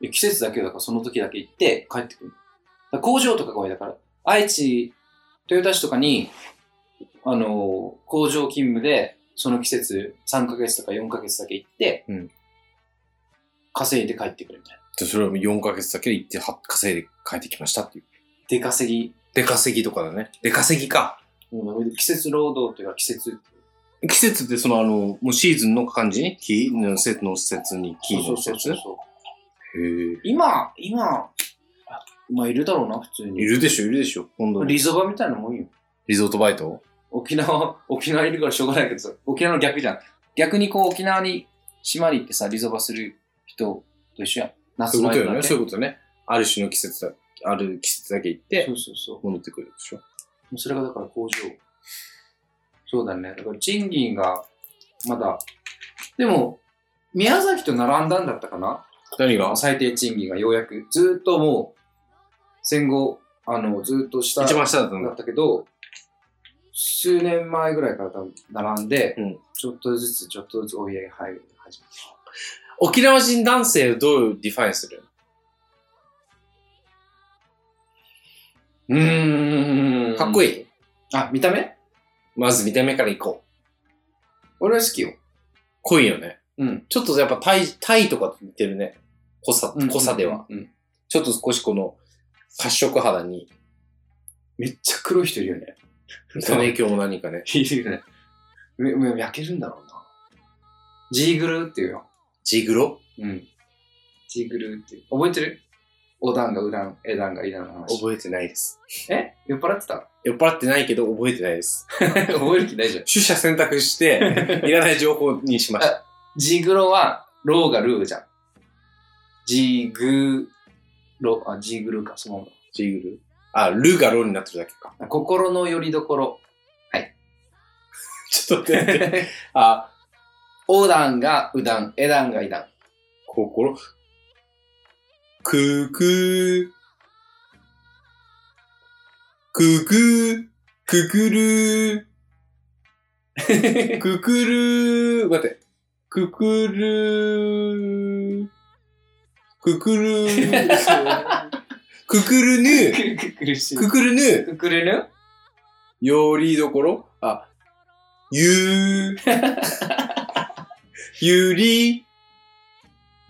S3: いや季節だけだからその時だけ行って帰ってくる。だから工場とかが多いだから、愛知、豊田市とかに、あのー工場勤務で、その季節3ヶ月とか4ヶ月だけ行って、
S4: うん
S3: 稼いで帰ってくるみたいな。
S4: でそれを4ヶ月だけ行っては稼いで帰ってきましたっていう。
S3: 出稼ぎ。
S4: 出稼ぎとかだね。出稼ぎか。
S3: うん季節労働というか季節。
S4: 季節ってそのあの、もうシーズンの感じに木の節の施設に木の施設
S3: そ
S4: へ
S3: うそうそう
S4: え。
S3: 今、今、あまあいるだろうな、普通に。
S4: いるでしょ、いるでしょ。今度
S3: リ
S4: リ
S3: ゾバみたいなもんよ。
S4: ゾートバイト
S3: 沖縄、 沖縄いるからしょうがないけどさ、沖縄の逆じゃん。逆にこう沖縄に島に行ってさ、リゾバする人と一緒やん。夏
S4: そういう
S3: の
S4: こと
S3: 間
S4: よ
S3: だ
S4: ね。
S3: け
S4: そういうことね。ある種の季節だ、ある季節だけ行って
S3: そ、うそうそう。も
S4: 戻ってくるでしょ。
S3: うそれがだから工場。そうだね。だから賃金がまだ、でも、宮崎と並んだんだったかな
S4: 何が
S3: 最低賃金がようやく。ずーっともう、戦後、あの、ずーっと下。
S4: 一番下だったん
S3: だっ
S4: だ。
S3: たけど、数年前ぐらいから多分並んで、
S4: うん
S3: ちょっとずつちょっとずつ追い上げ入り始め
S4: 沖縄人男性をどうディファインする
S3: うーん
S4: かっこい
S3: い。
S4: い、
S3: あ、見た目
S4: まず見た目からいこう。
S3: 俺は好きよ。
S4: 濃いよね。
S3: うん。
S4: ちょっとやっぱタイ、タイとかと似てるね。濃さ、濃さでは。。
S3: うん。
S4: ちょっと少しこの、褐色肌に、
S3: めっちゃ黒い人いるよね。
S4: その影響も何かね。
S3: いるよね。め、め、焼けるんだろうな。ジーグルーっていうよ。
S4: ジグロ
S3: うん。ジーグルーっていう。覚えてるおだんがうだん、えだんがいだんの話。
S4: 覚えてないです。
S3: え酔っ払ってた
S4: 酔っ払ってないけど覚えてないです。
S3: 覚える気ないじゃん。
S4: 取捨選 択して、いらない情報にしました。
S3: ジグロは、ローがルーじゃん。ジグロ、あ、ジグルか、そのまま
S4: ジグルあ、ルがロになってるだけか。
S3: だ。心の拠り所。
S4: ちょっと待って待って。あ、
S3: おだんがうだん、えだんがい だん。
S4: 心。くーくー。くーくー。くくるー。くくるー。待って。くくるー。くくるー。くくるぬー。
S3: くくくるし
S4: くくるぬー。
S3: くくれる
S4: よりどころあ、ゆー。ゆり、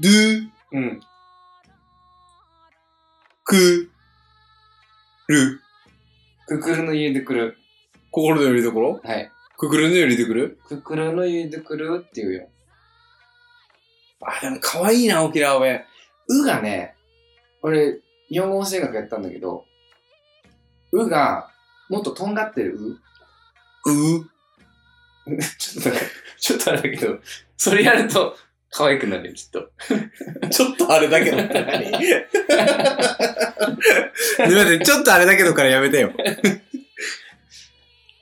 S4: どゥ
S3: うん。
S4: くる。
S3: くくるのゆでくる。
S4: 心のよりどころ
S3: はい。
S4: くくるのよりどころ
S3: くくるのゆでくるっていうよ。
S4: あ、でも可愛いな、沖縄弁。
S3: うがね、俺、日本語声楽やったんだけど、うが、もっととんがってる う
S4: う
S3: ちょっとなんか、ちょっとあれだけど、それやると可愛くなるよ、きっと。
S4: ちょっとあれだけどって何 ね待って、ちょっとあれだけどからやめてよ。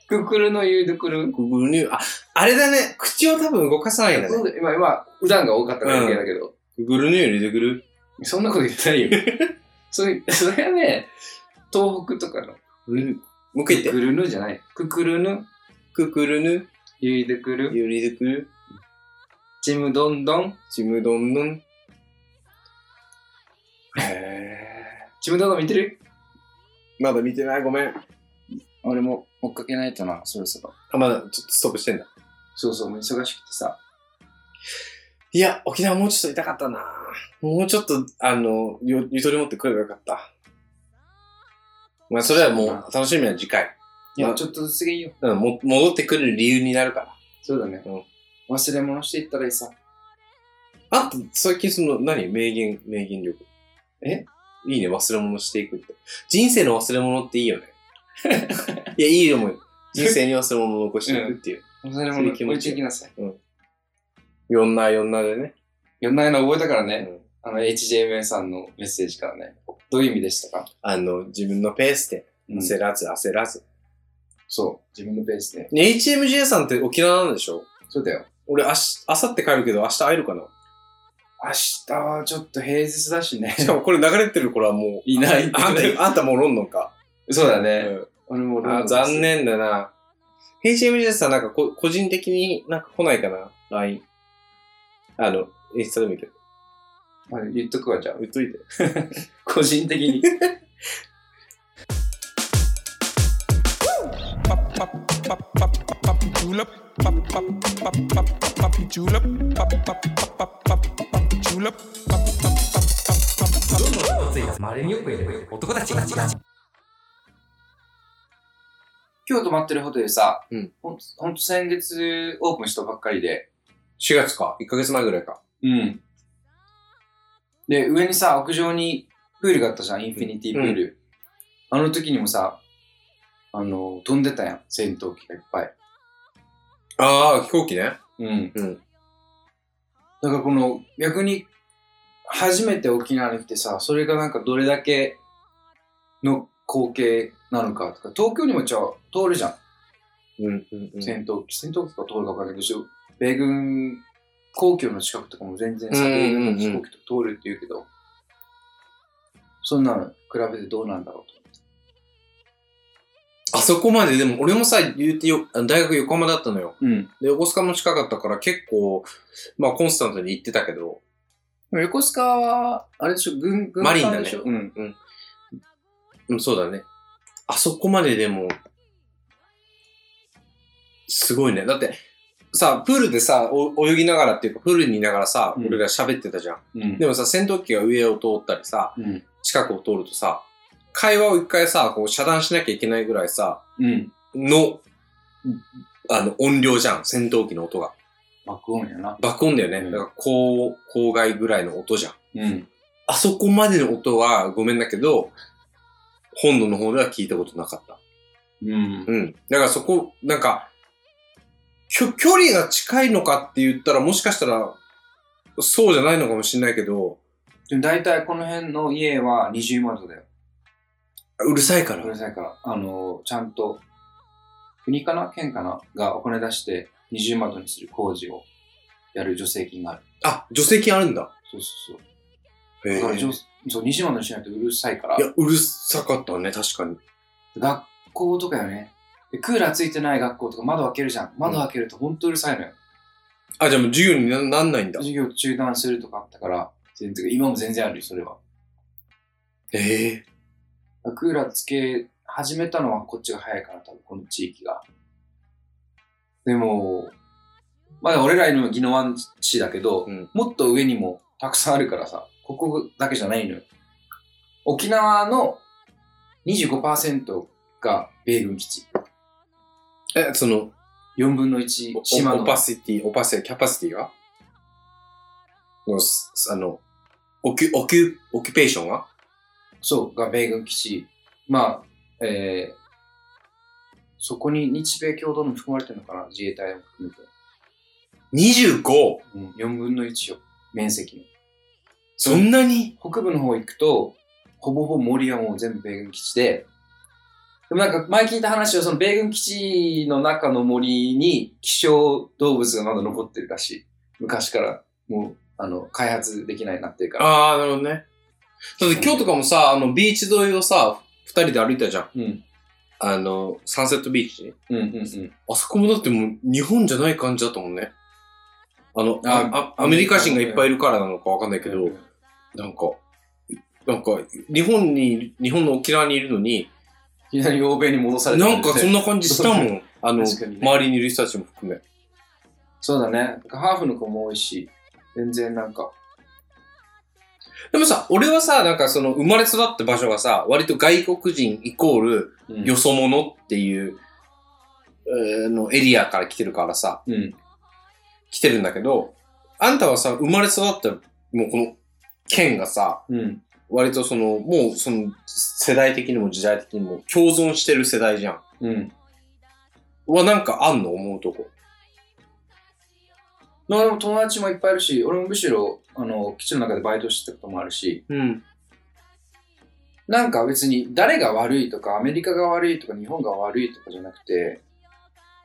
S3: くくるのゆでくる。
S4: くくるぬ、あ、あれだね、口を多分動かさないんだね。
S3: う今、今、うだんが多かったからだけど、
S4: くくるぬよりどころ
S3: そんなこと言ってない よ。それ、それはね、東北とかの、
S4: もう一回
S3: く
S4: 言って。
S3: くるぬじゃない。くくるぬ、
S4: くくるぬ
S3: ゆいでくる、
S4: よりどころ
S3: ちむどんどん。
S4: ちむどんどん。へ
S3: ちむどんどん見てる
S4: ーまだ見てない、ごめん。
S3: 俺も追っかけないとな、そろそろ。
S4: あ、まだちょっとストップしてんだ。
S3: そうそう、もう忙しくてさ。
S4: いや、沖縄もうちょっといたかったなもうちょっと、あの、ゆゆとり持ってくればよかった。まあ、それはもう、楽しみは次回。
S3: いや、ちょっとずつげいいよ。
S4: うん、も戻ってくる理由になるから。
S3: そうだね。
S4: うん
S3: 忘れ物していったらいいさ。
S4: あと、最近その、何名言、名言力。えいいね、忘れ物していくって。人生の忘れ物っていい よね。いや、いいよ、もう。人生に忘れ物を残していくっていう。
S3: 忘れ物
S4: そういう気
S3: 置
S4: 持
S3: い
S4: ち
S3: ていきなさい。
S4: いろんな、いろんなでね。
S3: いろんなの覚えたから
S4: う
S3: ね。
S4: ん
S3: あの、HJMN さんのメッセージからね。どういう意味でしたか、
S4: あの、自分のペースで、
S3: うん
S4: 焦らず、焦らず。
S3: そう。自分のペースで。
S4: ね HMJ さんって沖縄なんでしょ
S3: そうだよ。
S4: 俺、明日、明後日帰るけど、明日会えるかな
S3: 明日はちょっと平日だしね。
S4: しかもこれ流れてる頃はもう、
S3: いない
S4: あんた、あんたもうロンドンか。
S3: そうだね。
S4: う
S3: 俺も
S4: ん、あー残。念だな。HMJ さんなんかこ個人的になんか来ないかな ?LINE。あの、インスタでもいいけど。
S3: あ言っとくわ、じゃあ。
S4: 言っといて。
S3: 個人的 に。
S1: まれによくいる男たち
S3: 今日泊まってるホテルさ、
S4: うん
S3: ほんと、ほんと先月オープンしたばっかりで。
S4: 4月か ?1 ヶ月前ぐらいか。
S3: うん。で、上にさ、屋上にプールがあったじゃん。インフィニティプール。あの時にもさ、あの、飛んでたやん。戦闘機がいっぱい。
S4: ああ、飛行機ね。
S3: うん。
S4: うん
S3: だからこの逆に初めて沖縄に来てさそれがなんかどれだけの光景なのかとか東京にもじゃあ通るじゃん、
S4: うん、うん、うん。
S3: 戦闘機戦闘機が通るか分かんないけど米軍皇居の近くとかも全然さ
S4: うんうん
S3: 米
S4: うん
S3: 軍の飛行機と通るって言うけどそんなの比べてどうなんだろうと
S4: あそこまで、でも俺もさ、言うてよ、あの大学横浜だったのよ。
S3: うん
S4: で、横須賀も近かったから結構、まあコンスタントに行ってたけど、
S3: でも横須賀は、あれでしょ、軍、軍
S4: マリンだ
S3: 艦
S4: ね
S3: でしょ、うん。
S4: うん、そうだね。あそこまででも、すごいね。だって、さ、プールでさ、お泳ぎながらっていうか、プールにいながらさ、
S3: うん
S4: 俺ら喋ってたじゃん。
S3: うん。
S4: でもさ、戦闘機が上を通ったりさ、
S3: うん。
S4: 近くを通るとさ、会話を一回さ、こう遮断しなきゃいけないぐらいさ、
S3: うん。
S4: の、あの、音量じゃん、戦闘機の音が。
S3: 爆音やな。
S4: 爆音だよね。
S3: うん
S4: だから、高、高外ぐらいの音じゃん。
S3: うん。
S4: あそこまでの音は、ごめんだけど、本土の方では聞いたことなかった。
S3: うん。
S4: うん。だからそこ、なんか、きょ距離が近いのかって言ったら、もしかしたら、そうじゃないのかもしれないけど、
S3: でも大体この辺の家は20窓だよ。
S4: うるさいか
S3: うる
S4: ら。
S3: さいから、あの、ちゃんと、国かな県かながお金出して20窓にする工事をやる助成金がある。
S4: あ、助成金あるんだ。
S3: そうそうそう。
S4: へ
S3: だから、
S4: ー
S3: 助そう、20窓にしないとうるさいから
S4: い、や、うるさかったね、確かに。
S3: 学校とかよね。でクーラーついてない学校とか窓開けるじゃん。窓開けるとほんとうるさいのよ。
S4: あ、じゃあもう授業にななんないんだ。
S3: 授業中断するとかあったから、全然、今も全然あるよ、それは。
S4: ええ
S3: クーラーつけ始めたのはこっちが早いから、多分この地域が。でも、まだ俺らの宜野湾市だけど、
S4: うん
S3: もっと上にもたくさんあるからさ、ここだけじゃないのよ。沖縄の25%が米軍基地。
S4: え、その、
S3: 4分の1、島
S4: お
S3: の
S4: オ。パシティ、オパシティ、キャパシティがの、すあの、オキュ、オキュ、オキュペーションは
S3: そう、が米軍基地。まあ、えー、そこに日米共同の含まれてるのかな自衛隊も含めて。
S4: 25!
S3: うん、4分の1よ、面積の。
S4: そんなに
S3: 北部の方行くと、ほぼほぼ森はもう全部米軍基地で、でもなんか前聞いた話はその米軍基地の中の森に希少動物がまだ残ってるらしい。昔からもう、あの、開発できないなっていうから。
S4: ああ、なるほどね。だって今日とかもさ、あの、ビーチ沿いをさ、二人で歩いたじゃん。
S3: うん。
S4: あの、サンセットビーチ。
S3: うんうんうん。
S4: あそこもだってもう日本じゃない感じだったもんね。あの、
S3: あ
S4: ああアメリカ人がいっぱいいるからなのかわかんないけど、なんか、なんか、日本に、日本の沖縄にいるのに、
S3: いきなり欧米に戻されてる
S4: なんかそんな感じした もん。あの、
S3: 確かにね
S4: 周りにいる人たちも含め。
S3: そうだね。なんかハーフの子も多いし、全然なんか、
S4: でもさ、俺はさ、なんかその生まれ育った場所がさ、割と外国人イコール
S3: うん
S4: よそ者っていう、えーのエリアから来てるからさ、
S3: うん。
S4: 来てるんだけど、あんたはさ、生まれ育った、もうこの、県がさ、
S3: うん。
S4: 割とその、もうその、世代的にも時代的にも共存してる世代じゃん。
S3: うん。
S4: はなんかあんの思うとこ。
S3: まあでも友達もいっぱいいるし、俺もむしろ、あの、基地の中でバイトしてたこともあるし、
S4: うん。
S3: なんか別に誰が悪いとかアメリカが悪いとか日本が悪いとかじゃなくて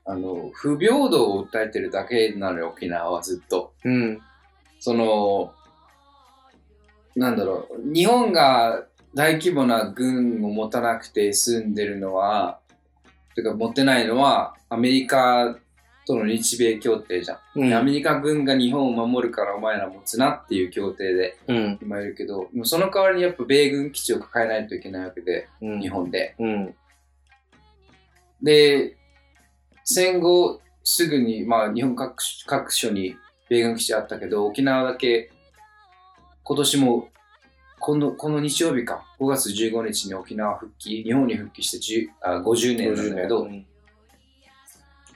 S3: あの不平等を訴えてるだけなのよ沖縄はずっと
S4: うん。
S3: そのなんだろう日本が大規模な軍を持たなくて住んでるのはてか持ってないのはアメリカとの日米協定じゃん、
S4: うん。
S3: アメリカ軍が日本を守るからお前ら持つなっていう協定で
S4: うん。
S3: 今いるけどでもその代わりにやっぱ米軍基地を抱えないといけないわけで
S4: うん
S3: 日。本で。
S4: うん。
S3: で、戦後すぐに、まあ、日本各所各所に米軍基地あったけど、沖縄だけ今年もこのこの日曜日か、5月15日に沖縄復帰、日本に復帰して10あ50年なんだけど、
S4: うん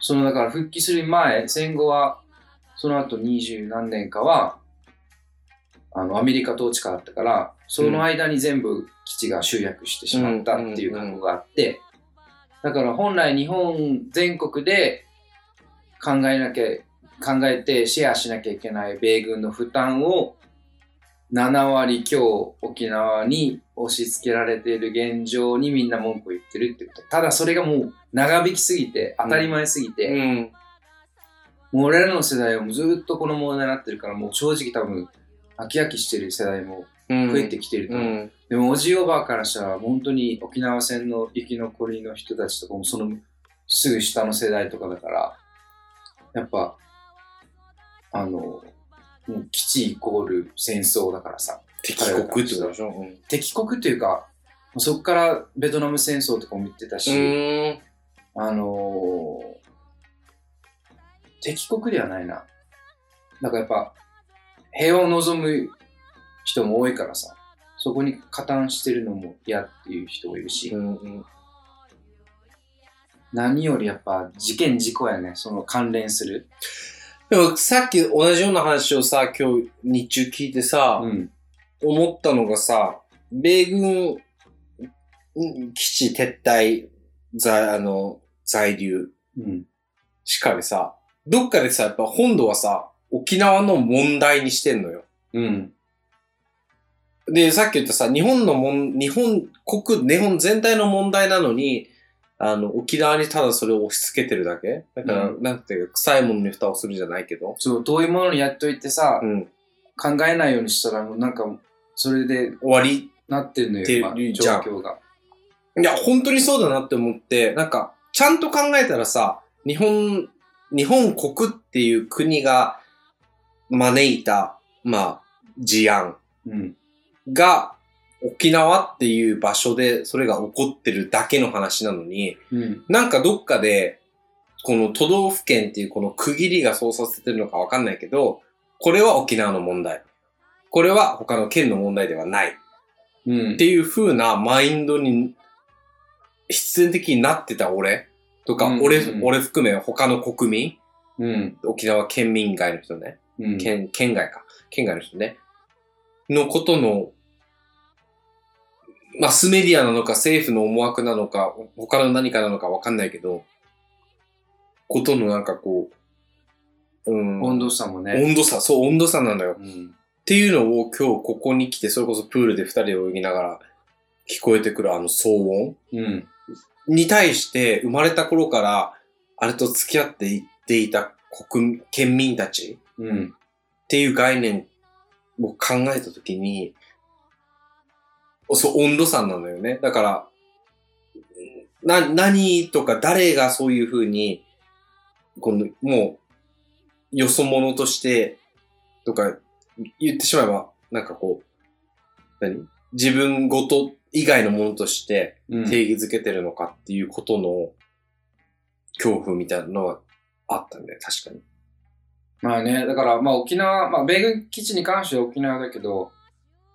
S3: そのだから復帰する前、戦後は、その後二十何年かは、あの、アメリカ統治下だったから、その間に全部基地が集約してしまったっていう過去があって、だから本来日本全国で考えなきゃ、考えてシェアしなきゃいけない米軍の負担を7割強沖縄に押し付けられている現状にみんな文句を言ってるってこと。ただそれがもう長引きすぎて、当たり前すぎて、
S4: うん。
S3: もう俺らの世代はもうずっとこの問題になってるから、もう正直多分、飽き飽きしてる世代も
S4: うん。
S3: 増えてきてると
S4: う
S3: 思う。
S4: ん。
S3: でも、おじいおばあからしたら、本当に沖縄戦の生き残りの人たちとかも、そのすぐ下の世代とかだから、やっぱ、あの、もう基地イコール戦争だからさ、
S4: 敵国ってことでしょうん。
S3: 敵国というか、そこからベトナム戦争とかも言ってたし、
S4: うん。
S3: あのー敵国ではないな。なんかやっぱ、平和を望む人も多いからさ、そこに加担してるのも嫌っていう人もいるし、
S4: うん。
S3: 何よりやっぱ事件事故やね、その関連する。
S4: でもさっき同じような話をさ、今日日中聞いてさ、
S3: うん。
S4: 思ったのがさ、米軍うん基地撤退在、あの、在留
S3: うん。
S4: しかりさ、どっかでさ、やっぱ本土はさ、沖縄の問題にしてんのよ。
S3: うん。
S4: で、さっき言ったさ、日本のもん、日本国、日本全体の問題なのに、あの、沖縄にただそれを押し付けてるだけだから、
S3: う
S4: なんていうか、臭いものに蓋をするじゃないけど。
S3: そう、遠いものにやっといてさ、
S4: うん。
S3: 考えないようにしたら、もうなんか、それで
S4: 終わり
S3: なってんのよ、
S4: て
S3: 今
S4: るじ
S3: 状
S4: ゃん
S3: 況が。
S4: いや、本当にそうだなって思って、なんか、ちゃんと考えたらさ、日本、日本国っていう国が招いた、まあ、事案
S3: うん。
S4: が、沖縄っていう場所でそれが起こってるだけの話なのに、
S3: うん。
S4: なんかどっかで、この都道府県っていうこの区切りがそうさせてるのかわかんないけど、これは沖縄の問題。これは他の県の問題ではない。
S3: うん
S4: って。いう風なマインドに必然的になってた俺とか、
S3: うん
S4: 俺
S3: うん
S4: 俺含め他の国民
S3: うん。
S4: 沖縄県民外の人ね、
S3: うん。
S4: 県県外か県外の人ねのことのマスメディアなのか政府の思惑なのか他の何かなのかわかんないけどことのなんかこう、うん、
S3: 温度差もね。
S4: 温度差そう温度差なんだよ
S3: うん。
S4: っていうのを今日ここに来て、それこそプールで二人で泳ぎながら聞こえてくるあの騒音
S3: うん。
S4: に対して生まれた頃からあれと付き合っていっていた国民、県民たち
S3: うん。
S4: っていう概念を考えたときに、そう、温度差なんだよね。だから、な、何とか誰がそういうふうに、この、もう、よそ者として、とか、言ってしまえば、なんかこう、何自分ごと以外のものとして
S3: うん
S4: 定義づけてるのかっていうことの恐怖みたいなのはあったんだよ、確かに。
S3: まあね、だから、まあ沖縄、まあ米軍基地に関しては沖縄だけど、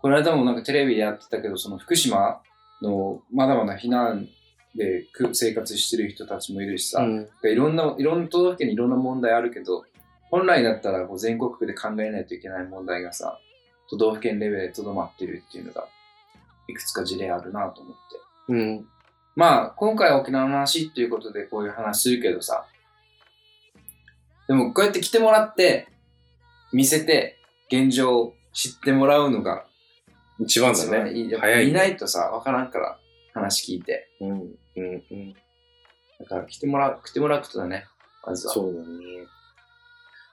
S3: この間もなんかテレビでやってたけど、その福島のまだまだ避難でく生活してる人たちもいるしさ、
S4: うん
S3: いろんな、いろんな都道府県にいろんな問題あるけど、本来だったらこう全国区で考えないといけない問題がさ、都道府県レベルでとどまってるっていうのが、いくつか事例あるなと思って。
S4: うん。
S3: まあ、今回は沖縄の話っていうことでこういう話するけどさ。でも、こうやって来てもらって、見せて、現状を知ってもらうのが、
S4: 一番だ
S3: 一番
S4: ね。
S3: いいやっぱ
S4: 早いね
S3: いないとさ、わからんから、話聞いて。
S4: うん、うん、うん。
S3: だから、来てもらう、来てもらうことだね、まずは。
S4: そうだね。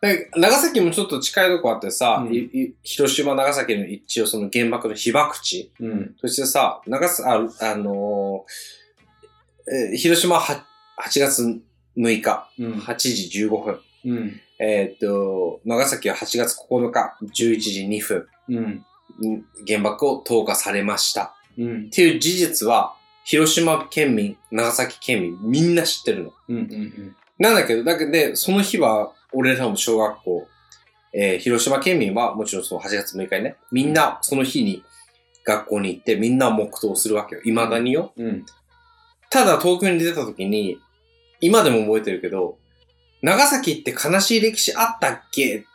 S4: で長崎もちょっと近いとこあってさ、
S3: うん
S4: いい広島、長崎の一応その原爆の被爆地
S3: う。ん。
S4: としてさ、長さ、あ、あのーえー広島は8月6日、
S3: うん。
S4: 8時15分。
S3: うん。
S4: えーっと、長崎は8月9日、11時2分
S3: うん。
S4: に原爆を投下されました。
S3: うん
S4: っ。ていう事実は、広島県民、長崎県民、みんな知ってるの。
S3: うん。うん。
S4: なんだけど、だけどね、その日は、俺らも小学校、えー広島県民は、もちろんその8月6日にね、みんなその日に学校に行って、みんな黙祷するわけよ。未だによ。
S3: うん。
S4: ただ、東京に出た時に、今でも覚えてるけど、長崎って悲しい歴史あったっけ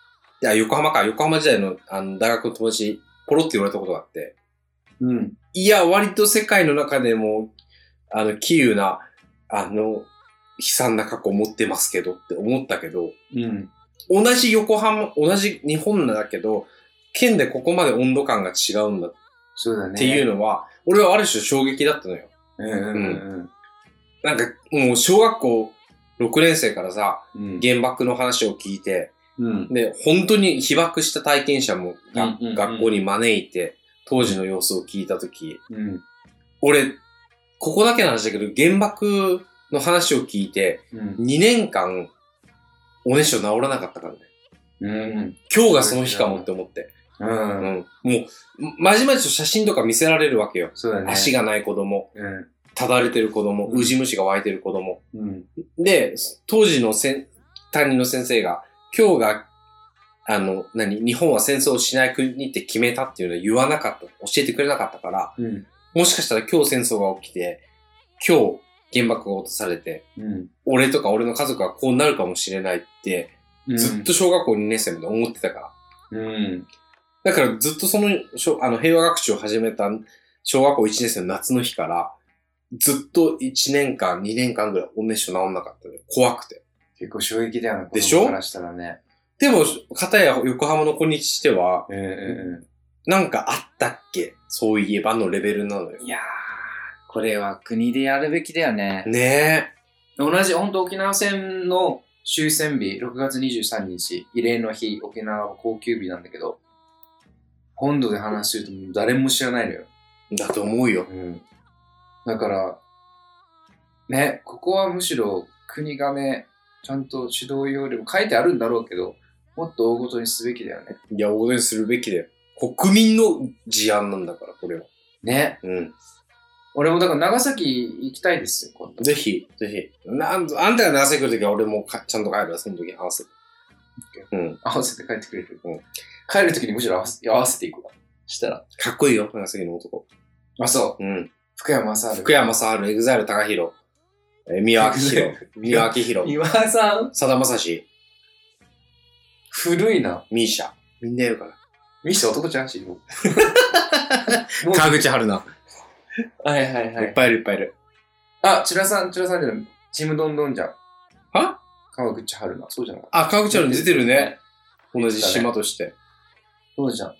S4: いや、横浜か。横浜時代のあの大学の友達にポロって言われたことがあって、
S3: うん。
S4: いや、割と世界の中でも、あの、奇遇な、あの、悲惨な過去を持ってますけどって思ったけど、
S3: うん。
S4: 同じ横浜、同じ日本なんだけど、県でここまで温度感が違うんだっ
S3: そうだね。
S4: ていう
S3: う。
S4: のは、俺はある種衝撃だったのよ。
S3: うんうん
S4: なんか、もう小学校6年生からさ、
S3: うん。うん。
S4: 原爆の話を聞いて、
S3: うん。
S4: で、本当に被爆した体験者もが、
S3: うんうんうん
S4: 学校に招いて、当時の様子を聞いたとき、
S3: うん。
S4: 俺、ここだけの話だけど、原爆の話を聞いて、
S3: うん。
S4: 2年間、おねしょ治らなかったからね。
S3: うん。
S4: 今日がその日かもって思って。
S3: う。
S4: うんん。もう、まじまじと写真とか見せられるわけよ。
S3: そうだね。
S4: 足
S3: が。
S4: がない子供、
S3: うん。
S4: ただれてる子供、
S3: うん
S4: ウジ虫が湧いてる子供。
S3: うん。
S4: で、当時のせん担任の先生が、今日が、あの、何、日本は戦争をしない国って決めたっていうのは言わなかった、教えてくれなかったから、
S3: うん。
S4: もしかしたら今日戦争が起きて、今日原爆が落とされて、
S3: うん。
S4: 俺とか俺の家族はこうなるかもしれないって、
S3: うん
S4: ずっと。小学校2年生まで思ってたから。
S3: うん。
S4: だからずっとその小あの平和学習を始めた小学校1年生の夏の日から、ずっと1年間、2年間ぐらいおねしょ治んなかったのよ怖くて。
S3: 結構衝撃だよね。
S4: でしょ
S3: 子供からしたらね。
S4: でも、片や横浜の子にしては、
S3: うんう
S4: なんかあったっけそういえばのレベルなのよ
S3: ん。。いやー、これは国でやるべきだよね。
S4: ね
S3: 同じ、本当沖縄戦の終戦日、6月23日、慰霊の日、沖縄は高級日なんだけど、本土で話すると誰も知らないのよ。
S4: え。だと思うよ。
S3: うん。だから、ね、ここはむしろ国がね、ちゃんと指導要領も書いてあるんだろうけど、もっと大ごとにすべきだよね。
S4: いや、大事にするべきだよ。国民の事案なんだから、これは。
S3: ね。
S4: うん。
S3: 俺もだから長崎行きたいですよ、今度。
S4: ぜひ、ぜひ。なんあんたが長崎来るときは俺もかちゃんと帰るわ、その時に合わせて。うん。
S3: 合わせて帰ってくれる。帰るときにむしろ合わせ合わせていくわ。したら。
S4: かっこいいよ、長崎の男。
S3: あ、そう。
S4: うん。
S3: 福山雅治。
S4: 福山雅治、エグザイル高弘、えー、三輪明宏、三輪明宏、
S3: 岩井さん、
S4: さだまさし、
S3: 古いな。
S4: ミーシャ。みんないるから。
S3: ミシャ男ちゃんし、もうもう
S4: 川口春奈。
S3: はいはいはい
S4: っ
S3: い。
S4: ぱいいるいっぱいいる。
S3: あ、チュラさん、チュラさんじゃない。ちむどんどんじゃん。
S4: は
S3: 川口春奈。そうじゃなかっ
S4: あ、川
S3: た。
S4: 口春奈出てるね。。同じ島として。
S3: そうじゃん。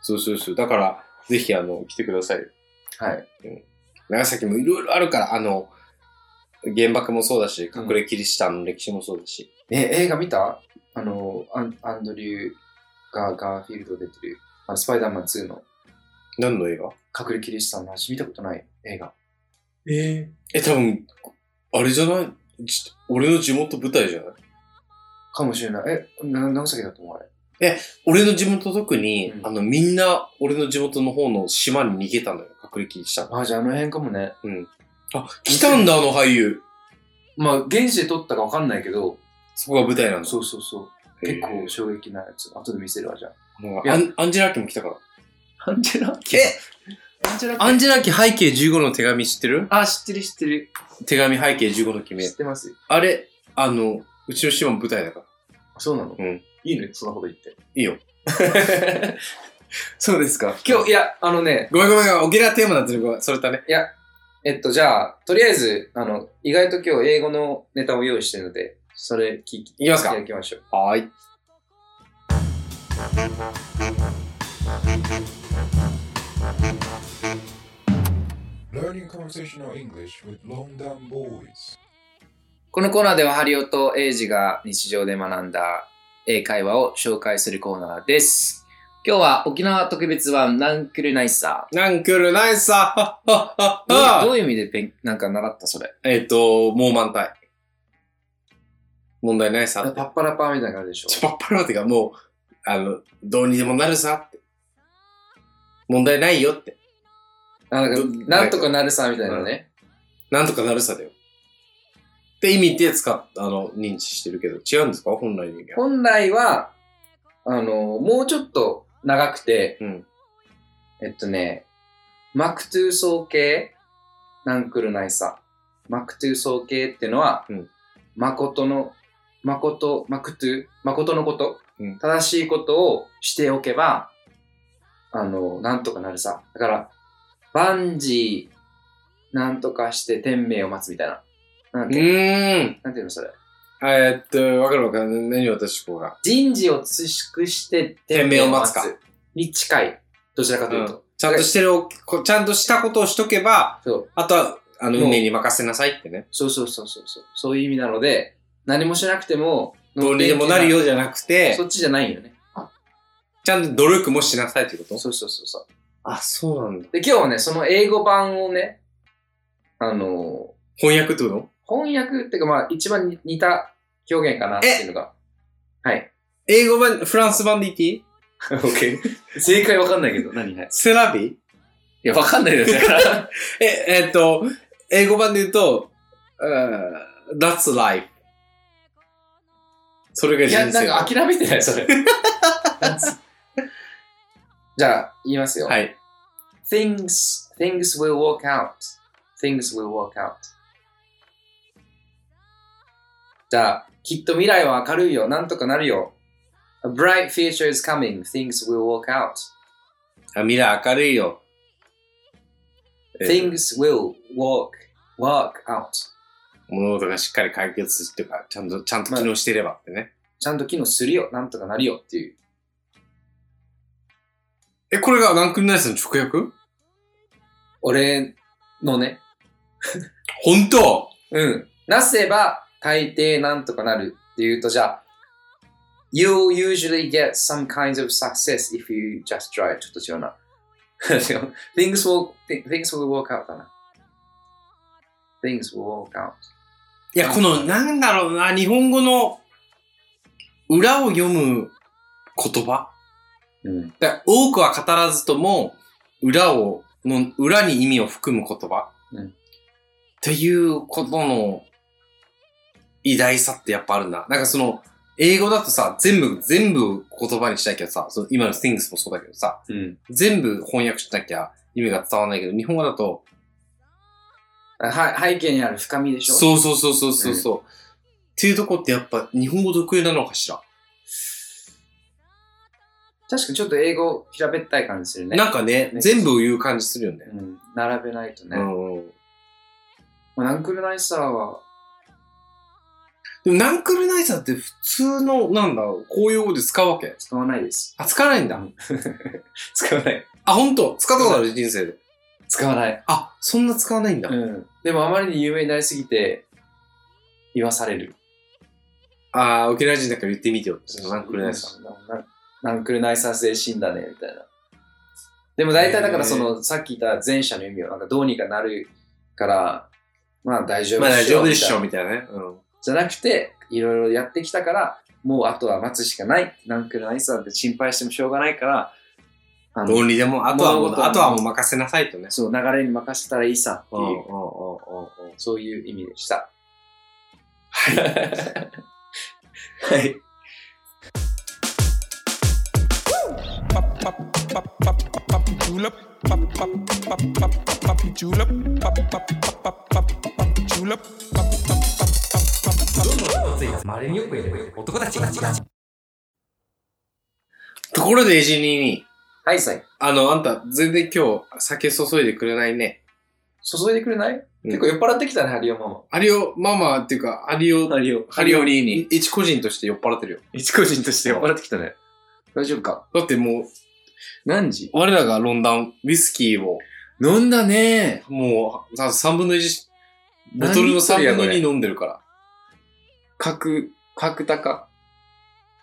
S4: そうそうそう。だから、ぜひ、あの、来てくださいよ。
S3: はい。
S4: 長崎もいろいろあるから、あの、原爆もそうだし、隠れキリシタンの歴史もそうだし。
S3: え、映画見たあの、アンアンドリューがガーフィールド出てる、あのスパイダーマン2の
S4: 何の映画
S3: 隠れキリシタンの話見たことない映画。
S4: ええ。え、多分、あれじゃないじ俺の地元舞台じゃない
S3: かもしれない。え、な長崎だと思うあれ。
S4: 俺の地元特に、
S3: うん
S4: あの、みんな、俺の地元の方の島に逃げたのよ。隠れキリシタンが。
S3: あ、じゃああの辺かもね。
S4: あ、来たんだ、あの俳優。
S3: まあ、現地で撮ったかわかんないけど、
S4: そこが舞台なんだ。
S3: そうそうそう。結構衝撃なやつ。後で見せるわ、じゃ
S4: なん
S3: い
S4: か
S3: や
S4: アンアンジェラーキも来たから。
S3: あ。アンジェラ
S4: え
S3: アンジェラ
S4: アンジェラーキ背景15の手紙知ってる
S3: あ、知ってる知ってる。
S4: 手紙背景15の君
S3: 知。ってます。
S4: あれ、あの、うちの島も舞台だから。
S3: そうなの
S4: うん。
S3: いいね、そんなこと言って。
S4: いいよ。
S3: そうですか。今日、いや、あのね、
S4: ごめんごめんごめん。オケラテーマなんてごめん。それたね。
S3: いや、えっと、じゃあ、とりあえず、あの、意外と今日英語のネタを用意してるので、それ聞き、
S4: いきますか
S3: いきましょう。
S4: はーい。
S7: Learning conversational English with Long Dumb Boys.
S3: このコーナーでは、ハリオとエイジが日常で学んだ英会話を紹介するコーナーです。今日は沖縄特別版ナンクルナイサ
S4: なんくるないさ。はっはっ
S3: ー。ど
S4: はっ
S3: うど
S4: は
S3: ういう意味でべんなんか習ったそれ
S4: えっと、もう満体。問題ないさ
S3: パ
S4: って。
S3: ッパラパーみたいな感じでしょ
S4: ちょパッパラーってかもう、あの、どうにでもなるさって。問題ないよって。
S3: あなんか
S4: ど
S3: なんとかなるさみたいなね。
S4: なんとかなるさだよ。って意味で使っ、あの、認知してるけど、違うんですか本来の意味は。
S3: 本来は、あの、もうちょっと長くて、
S4: うん。
S3: えっとね、マクトゥー総計、なんくるないさ。マクトゥー総計ってのは、
S4: うん
S3: 誠の、誠、マクトゥー、誠のこと、
S4: うん
S3: 正しいことをしておけば、あの、なんとかなるさ。だから、バンジー、なんとかして天命を待つみたいな。なん
S4: う
S3: て
S4: ーん。
S3: なんていうのそれ。
S4: えーっと、わかるわかる。何を私こうが。
S3: 人事を尽くして
S4: 天命を待つか
S3: に近い。どちらかというと。
S4: ちゃんとしてるお、こちゃんとしたことをしとけば、
S3: そう
S4: あとは、あの、
S3: もう
S4: 運命に任せなさいってね。
S3: そうそうそうそうそう。そういう意味なので、何もしなくても、
S4: どうにでもなるよじゃなくて
S3: そ、っちじゃないよね。
S4: ちゃんと努力もしなさいってこと
S3: そうそうそうそう。
S4: あ、そうなんだ。
S3: で、今日はね、その英語版をね、あの
S4: 翻訳ってこと
S3: ー、翻訳っていうかまあ一番に似た表現かなっていうのが。はい。
S4: 英語版、フランス版で言っていい
S3: OK。正解わかんないけど、何はい。
S4: セラビ
S3: いや、わかんない ですから
S4: え、えっと、英語版で言うと、うん That's life. それが
S3: いや、な
S4: 人生
S3: ん
S4: だ。
S3: か諦めてない、 それ。じゃあ、言いますよ。
S4: はい。
S3: things, things will work out. Things will work out. じゃあ、きっと未来は明るいよ。なんとかなるよ。A bright future is coming. Things will work out.
S4: あ未来明るいよ。えー
S3: Things will work, work out.
S4: 物事がしっかり解決してか、ちゃんと、ちゃんと機能してればってね。
S3: ちゃんと機能するよ。なんとかなるよっていう。
S4: え、これがランクナイスの直訳
S3: 俺のね。
S4: 本当
S3: うん。なせば、大抵なんとかなるっていうと、じゃあ、You'll usually get some kinds of success if you just try. ちょっと違うな。 違う things will, thi- things will work out だな。Things will work out.
S4: いや、この、なんだろうな、日本語の裏を読む言葉。
S3: うん。
S4: だから多くは語らずとも、裏を、の裏に意味を含む言葉。
S3: うん
S4: っていうことの偉大さってやっぱあるな。なんかその、英語だとさ、全部、全部言葉にしなきゃさ、その今の things もそうだけどさ、
S3: うん。
S4: 全部翻訳しなきゃ意味が伝わらないけど、日本語だと、
S3: は背景にある深みでしょう。
S4: そうそうそうそうそうそう、っていうとこってやっぱ日本語得意なのかしら、
S3: 確かにちょっと英語平べったい感じするね。
S4: なんかね
S3: ね
S4: 全部言う感じするよね
S3: うん。並べないとね。
S4: うん
S3: まあ、ナンクルナイサーは、
S4: でもナンクルナイサーって普通のなんだ公用語で使うわけ
S3: 使わないです。
S4: あ使わないんだ、
S3: うん 使わない。
S4: あ本当使ったことある人生で
S3: 使わない。
S4: あそんな使わないんだ、
S3: うん。でもあまりに有名になりすぎて、言わされる。
S4: ああ沖縄人だから言ってみてよそのナンクルナイサー、
S3: ー。ななんくるないさ精神だね、みたいな。でも大体だからその、さっき言った前者の意味をなんかどうにかなるから、まあ大丈夫
S4: まあ大丈夫でしょ
S3: みたいな
S4: みたいなね、うん、
S3: じゃなくて、いろいろやってきたから、もうあとは待つしかない。なんくるないさって心配してもしょうがないから、あ
S4: ど
S3: の
S4: うにでもあとはもう
S3: 物事は
S4: あとはもう任せなさいとね
S3: そう流れに任せたらいいさって
S4: うんうんうん
S3: いうう、
S4: うんうん
S3: そういう意味でした。はい。はい。
S1: ついまれによくいる男たち
S4: ところでエジニーに
S3: はい、さい。
S4: あのあんた全然今日酒注いでくれないね
S3: 注いでくれない、結構酔っ払ってきたね、ハリオママ。
S4: アリオママっていうか、アリオ、
S3: ハリオ。
S4: ハリオリーニ、一個人として酔っ払ってるよ。
S3: 一個人として酔っ払ってきたね。大丈夫か
S4: だってもう、
S3: 何時
S4: 我らがロンダン、ウイスキーを、
S3: 飲んだね
S4: もう、3分の1、ボトルの3分の2飲んでるから。
S3: 角、角高。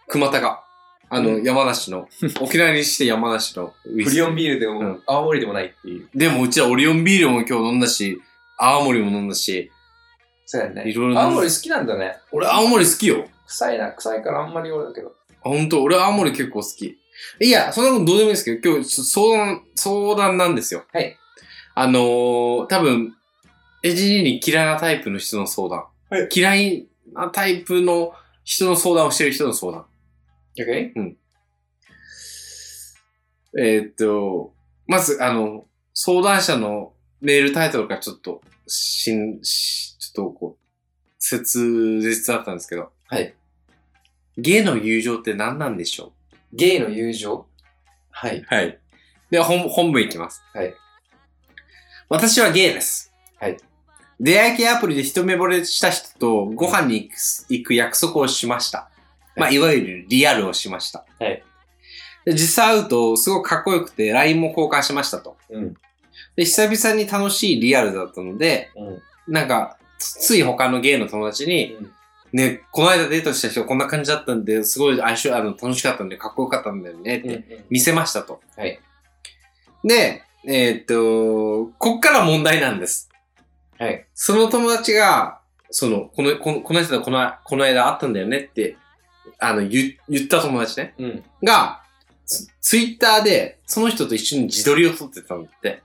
S4: 熊田が。あの、山 梨の、沖縄にして山梨のウイ
S3: ブ
S4: スキ
S3: リ
S4: ー。
S3: オンビールでも、
S4: うん
S3: 青森でもないっていう。
S4: でもうちはオリオンビールも今日飲んだし、青森も飲んだし、
S3: そうやね。
S4: いろいろ飲んだ
S3: 青森好きなんだね。
S4: 俺青森好きよ。
S3: 臭いな、臭いからあんまり俺だけど。
S4: ほんと、俺青森結構好き。いや、そんなことどうでもいいですけど、今日そ相談、相談なんですよ。
S3: はい。
S4: あのー、多分、エジニーに嫌いなタイプの人の相談。
S3: はい
S4: 嫌いなタイプの人の相談をしてる人の相談。
S3: OK?
S4: えーっと、まず、あの、相談者のメールタイトルがちょっと、しん、し、ちょっとこう、切実だったんですけど。
S3: はい。
S4: 芸の友情って何なんでしょう
S3: ゲイの友情はい。
S4: はい。では本、本文いきます。
S3: はい。
S4: 私はゲイです。
S3: はい。
S4: 出会い系アプリで一目惚れした人とご飯に行く行く約束をしました。まあ、いわゆるリアルをしました。
S3: はい。
S4: で実際会うと、すごくかっこよくて、LINE も交換しましたと。
S3: うん。
S4: で、久々に楽しいリアルだったので、
S3: うん。
S4: なんか、つつい他のゲイの友達に、
S3: うん
S4: ね、この間デートした人こんな感じだったんで、すごい相性あの楽しかったんで、かっこよかったんだよねって
S3: うん。
S4: 見せましたと。
S3: はい。
S4: で、えーっと、こっから問題なんです。
S3: はい。
S4: その友達が、その、この、このこの人とこのこの間会ったんだよねってあの、言、言った友達ね。
S3: うん。
S4: が、ツツイッターで、その人と一緒に自撮りを撮ってたんだって。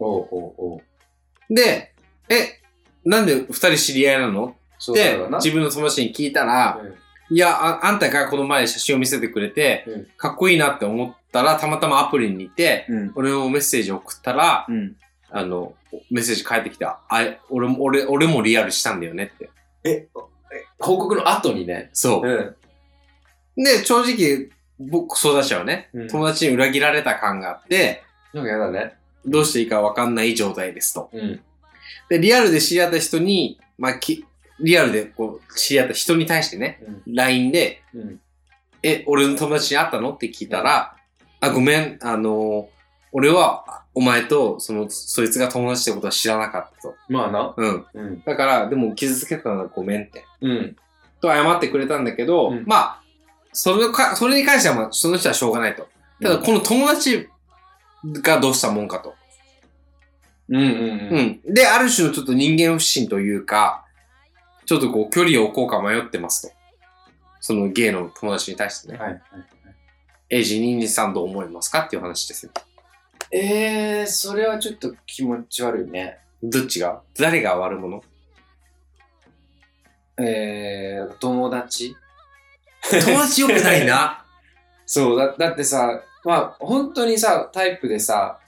S3: おうおうおう。
S4: で、え、なんで二人知り合いなの
S3: そ
S4: っ
S3: うだ
S4: て
S3: ろうな。、
S4: 自分の友達に聞いたら、
S3: うん
S4: いやあ、あんたがこの前写真を見せてくれて、
S3: うん
S4: かっこいいなって思ったら、たまたまアプリにいて、
S8: うん。
S4: 俺をメッセージ送ったら、
S8: うん。
S4: あの、メッセージ返ってきて、あ俺も、俺、俺もリアルしたんだよねって。
S3: 報告の後にね。
S4: そう。
S3: ん。
S4: で、正直、僕、相談者はね、
S3: うん
S4: 友達に裏切られた感があって、
S3: なんかやだね。
S4: どうしていいかわかんない状態ですと。
S3: うん。
S4: で、リアルで知り合った人に、まあ、きリアルでこう知り合った人に対してね、
S3: うん。
S4: LINE で、
S3: うん。
S4: え、俺の友達に会ったのって聞いたら、あ、ごめん、あの俺は、お前と、その、そいつが友達ってことは知らなかったと。
S3: まあな。
S4: うん。
S3: うん。
S4: だから、でも傷つけたのはごめんって。
S3: うん。
S4: と謝ってくれたんだけど、
S3: うん
S4: まあ、それか、それに関しては、まあ、その人はしょうがないと。ただ、この友達がどうしたもんかと。
S3: うんうん
S4: う
S3: うん。
S4: ん。で、ある種のちょっと人間不信というか、ちょっとこう、距離を置こうか迷ってますと。そのゲイの友達に対してね。
S3: はいはい。
S4: エイジニンさんどう思いますかっていう話ですよ。
S3: えー、それはちょっと気持ち悪いね。
S4: どっちが誰が悪者
S3: えー、友達
S4: 友達良くないな。
S3: そうだ、だってさ、まあ、本当にさ、タイプでさ、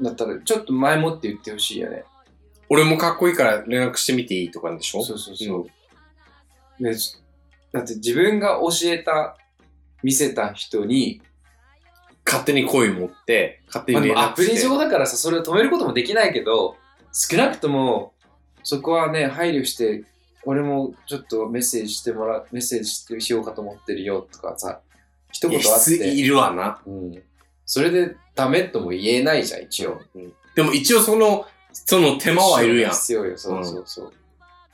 S3: だったら、ちょっと前もって言ってほしいよね。
S4: 俺もかっこいいから連絡してみていいとかでしょ
S3: そうそうそう。でちだって自分が教えた、見せた人に、
S4: 勝手に恋持って、勝手
S3: まあ、
S4: に
S3: で
S4: 連
S3: もア
S4: 絡
S3: プリ
S4: して。
S3: 上だからさ、それを止めることもできないけど、少なくとも、そこはね、配慮して、俺もちょっとメッセージしてもら、メッセージしてしようかと思ってるよとかさ、一言あっ
S4: いや必
S3: て、
S4: いるわな。
S3: うん、それでダメとも言えないじゃん、一応。
S4: でも一応その、その手間はいるやん。い
S3: 必要よ、そうそうそう。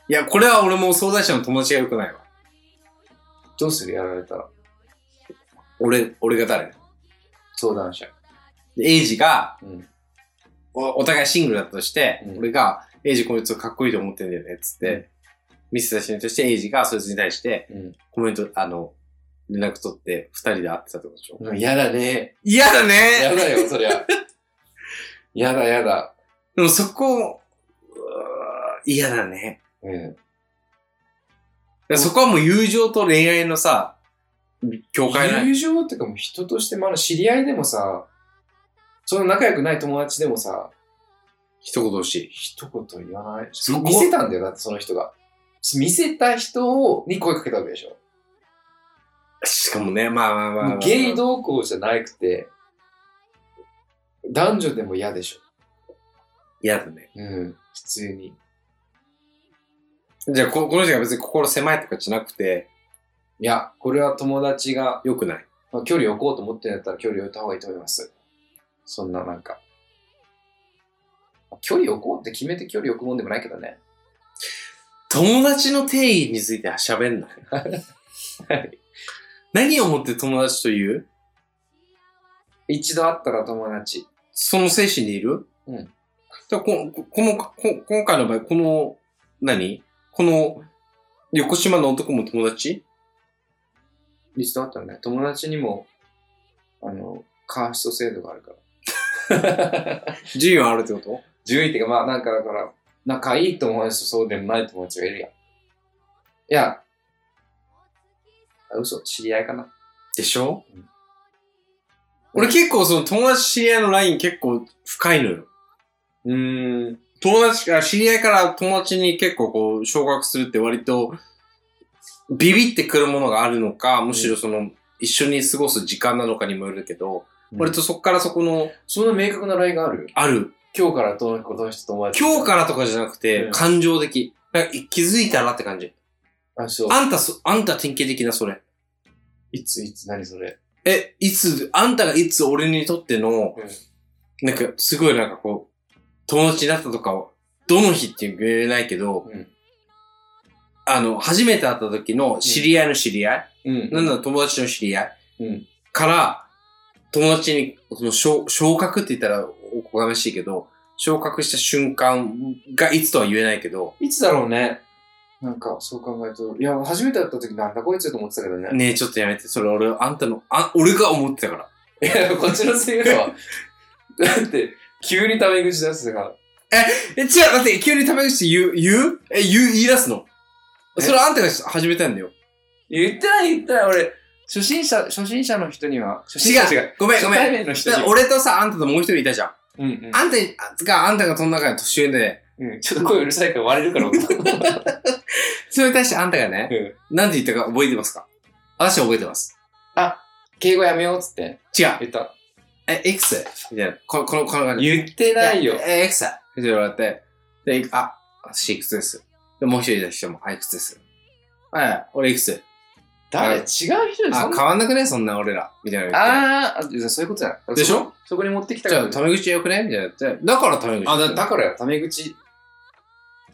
S4: や、これは俺も相談者の友達が良くないわ。
S3: どうするやられたら
S4: 俺、俺が誰
S3: 相談者。
S4: エイジが、
S3: うん
S4: おお互いシングルだとして、
S3: うん
S4: 俺が、エイジこいつかっこいいと思ってんだよね、っつって、
S3: うん
S4: 見せた人としてエイジがそいつに対して、
S3: うん
S4: コメント、あの、連絡取って、二人で会ってたってことでしょ
S3: うんやだね。
S4: 嫌だ
S3: や
S4: ね
S3: だよ、そり ゃ。やだやだ。
S4: でもそこ、うー嫌だね。
S3: うん。
S4: だからそこはもう友情と恋愛のさ、境界ない。
S3: 友情っていうかもう人として、まだ知り合いでもさ、その仲良くない友達でもさ、
S4: 一言欲しい。
S3: 一言言わない。
S4: そこ
S3: 見せたんだよ、だってその人が。見せた人をに声かけたわけでしょ。
S4: しかもね、まあまあまあまあま
S3: も
S4: あ。
S3: うゲイ同行じゃなくて、男女でも嫌でしょ。
S4: 嫌だね。
S3: うん、普通に。
S4: じゃあこ、この人が別に心狭いとかじゃなくて、
S3: いや、これは友達が
S4: 良くない。
S3: まあ、距離を置こうと思ってんだったら距離を置いた方がいいと思います。そんななんか。距離を置こうって決めて距離を置くもんでもないけどね。
S4: 友達の定義については喋んない。 何をもって友達という
S3: 一度会ったら友達。
S4: その精神でいる
S3: うん。
S4: だからこここのこ、今回の場合、この、何この、横島の男も友達
S3: 一度会ったらね、友達にも、あの、カースト制度があるから。
S4: 順位はあるってこと
S3: 順位っていうか、まあなんかだから、仲いい友達とそうでもない友達がいるやん。いや、あ嘘、知り合いかな。
S4: でしょ、
S3: うん
S4: 俺結構その友達知り合いのライン結構深いのよ。
S3: うーん。
S4: 友達から、知り合いから友達に結構こう、昇格するって割と、ビビってくるものがあるのか、むしろその、一緒に過ごす時間なのかにもよるけど、割とそっからそこの、
S3: そんな明確なラインがある
S4: ある、
S3: 今日からどの子どの人と友達
S4: 今日からとかじゃなくて
S3: う、ん
S4: 感情的。なんか気づいたなって感じ。
S3: ら。あ、そう。
S4: あんたそ、あんた典型的なそれ。
S3: いついつ何それ。
S4: え、いつ、あんたがいつ俺にとっての、なんか、すごいなんかこう、友達になったとかを、どの日って言えないけど、
S3: うん
S4: あの、初めて会った時の知り合いの知り合い、
S3: うん
S4: なんだろう友達の知り合い、
S3: うん
S4: から、友達に、その昇、昇格って言ったらおこがましいけど、昇格した瞬間がいつとは言えないけど、
S3: いつだろうね。なんか、そう考えると、いや、初めて会った時なんだ こいつと思ってたけどね。
S4: ねえ、ちょっとやめて。それ俺、あんたの、あ、俺が思ってたから。
S3: いや、こっちのセリフは、 だって、急にタメ口出すから。
S4: え、違う、待って、急にタメ口言う、言うえ、言う、言い出すの。それあんたが始めたんだよ。
S3: 言ってない言ってない、俺、初心者、初心者の人には、初心
S4: 違
S3: 者
S4: う、違
S3: う。
S4: う。ごめん、ごめ
S3: 初対
S4: ん。
S3: 面の人
S4: だ
S3: に
S4: から俺とさ、あんたともう一人いたじゃん。
S3: うんうん
S4: あんたに、あつか、あんたがその中で年上で、
S3: うん、ちょっと声うるさいから割れるから、 俺
S4: それに対してあんたがね、
S3: うん
S4: なんて言ったか覚えてますか私は覚えてます。
S3: あ、敬語やめようっつって
S4: 違う。
S3: 言った。
S4: え、いくつみたいな。この、この、この感じ。
S3: 言ってないよ。
S4: え、いくつって言われて、で、いくあ、私いくつです。で、もう一人の人も、あ、いくつです。はい、俺いくつ
S3: 誰違
S4: あ
S3: う人で
S4: あ
S3: そ、ん
S4: 変わんなくねそんな俺ら。みたいな
S3: あーあ、じゃあそういうことじゃない。
S4: でしょ
S3: そこに持ってきた
S4: 言って。じゃ
S3: か
S4: あ、
S3: ら。
S4: タメ口よくねみたいな言って。だからタメ口。
S3: あだ、 だからよ、タメ口。い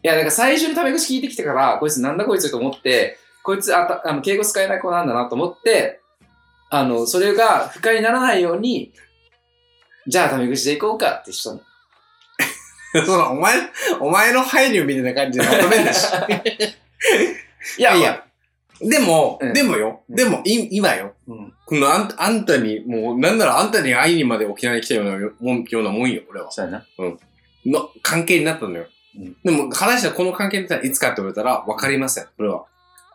S3: や、なんか最初にタメ口聞いてきたから、こいつなんだこいつと思って、こいつあたあの敬語使えない子なんだなと思って、あの、それが不快にならないように、じゃあタメ口でいこうかってしたの。
S4: その、お前、お前の配慮みたいな感じでまとめんだ し。
S3: い
S4: いやい、や。でも、
S3: うん
S4: でもよ、
S3: うん
S4: でも、い、今よ。
S3: うん
S4: このあん、あんたに、もう、なんならあんたに会いにまで沖縄に来たようなよもん、ようなもんよ、俺は。
S3: そうやな。
S4: の、関係になったのよ。
S3: うん
S4: でも、話したこの関係ってのはいつかって言われたら、わかりません、俺は。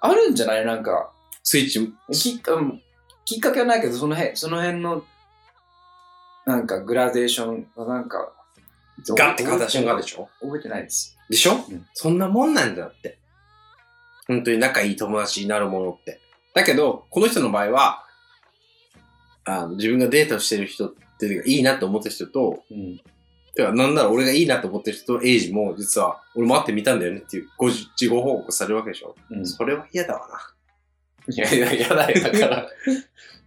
S3: あるんじゃないなんか、
S4: スイッチ、
S3: きっうんきっかけはないけど、その辺、その辺の、なんかグラデーションがなんか、
S4: ガッて変わった瞬間
S3: ょ。
S4: でしょ
S3: 覚えてないです。
S4: でしょ、
S3: うん
S4: そんなもんなんだって。本当に仲いい友達になるものって。だけど、この人の場合は、あの自分がデートしてる人っていうか、いいなと思った人と、
S3: うん。
S4: てか、なんなら俺がいいなと思ってる人とエイジも、実は、俺も会ってみたんだよねっていう、ご自己報告されるわけでしょ、
S3: うん
S4: それは嫌だわな。
S3: いやいや、嫌だよ、だから。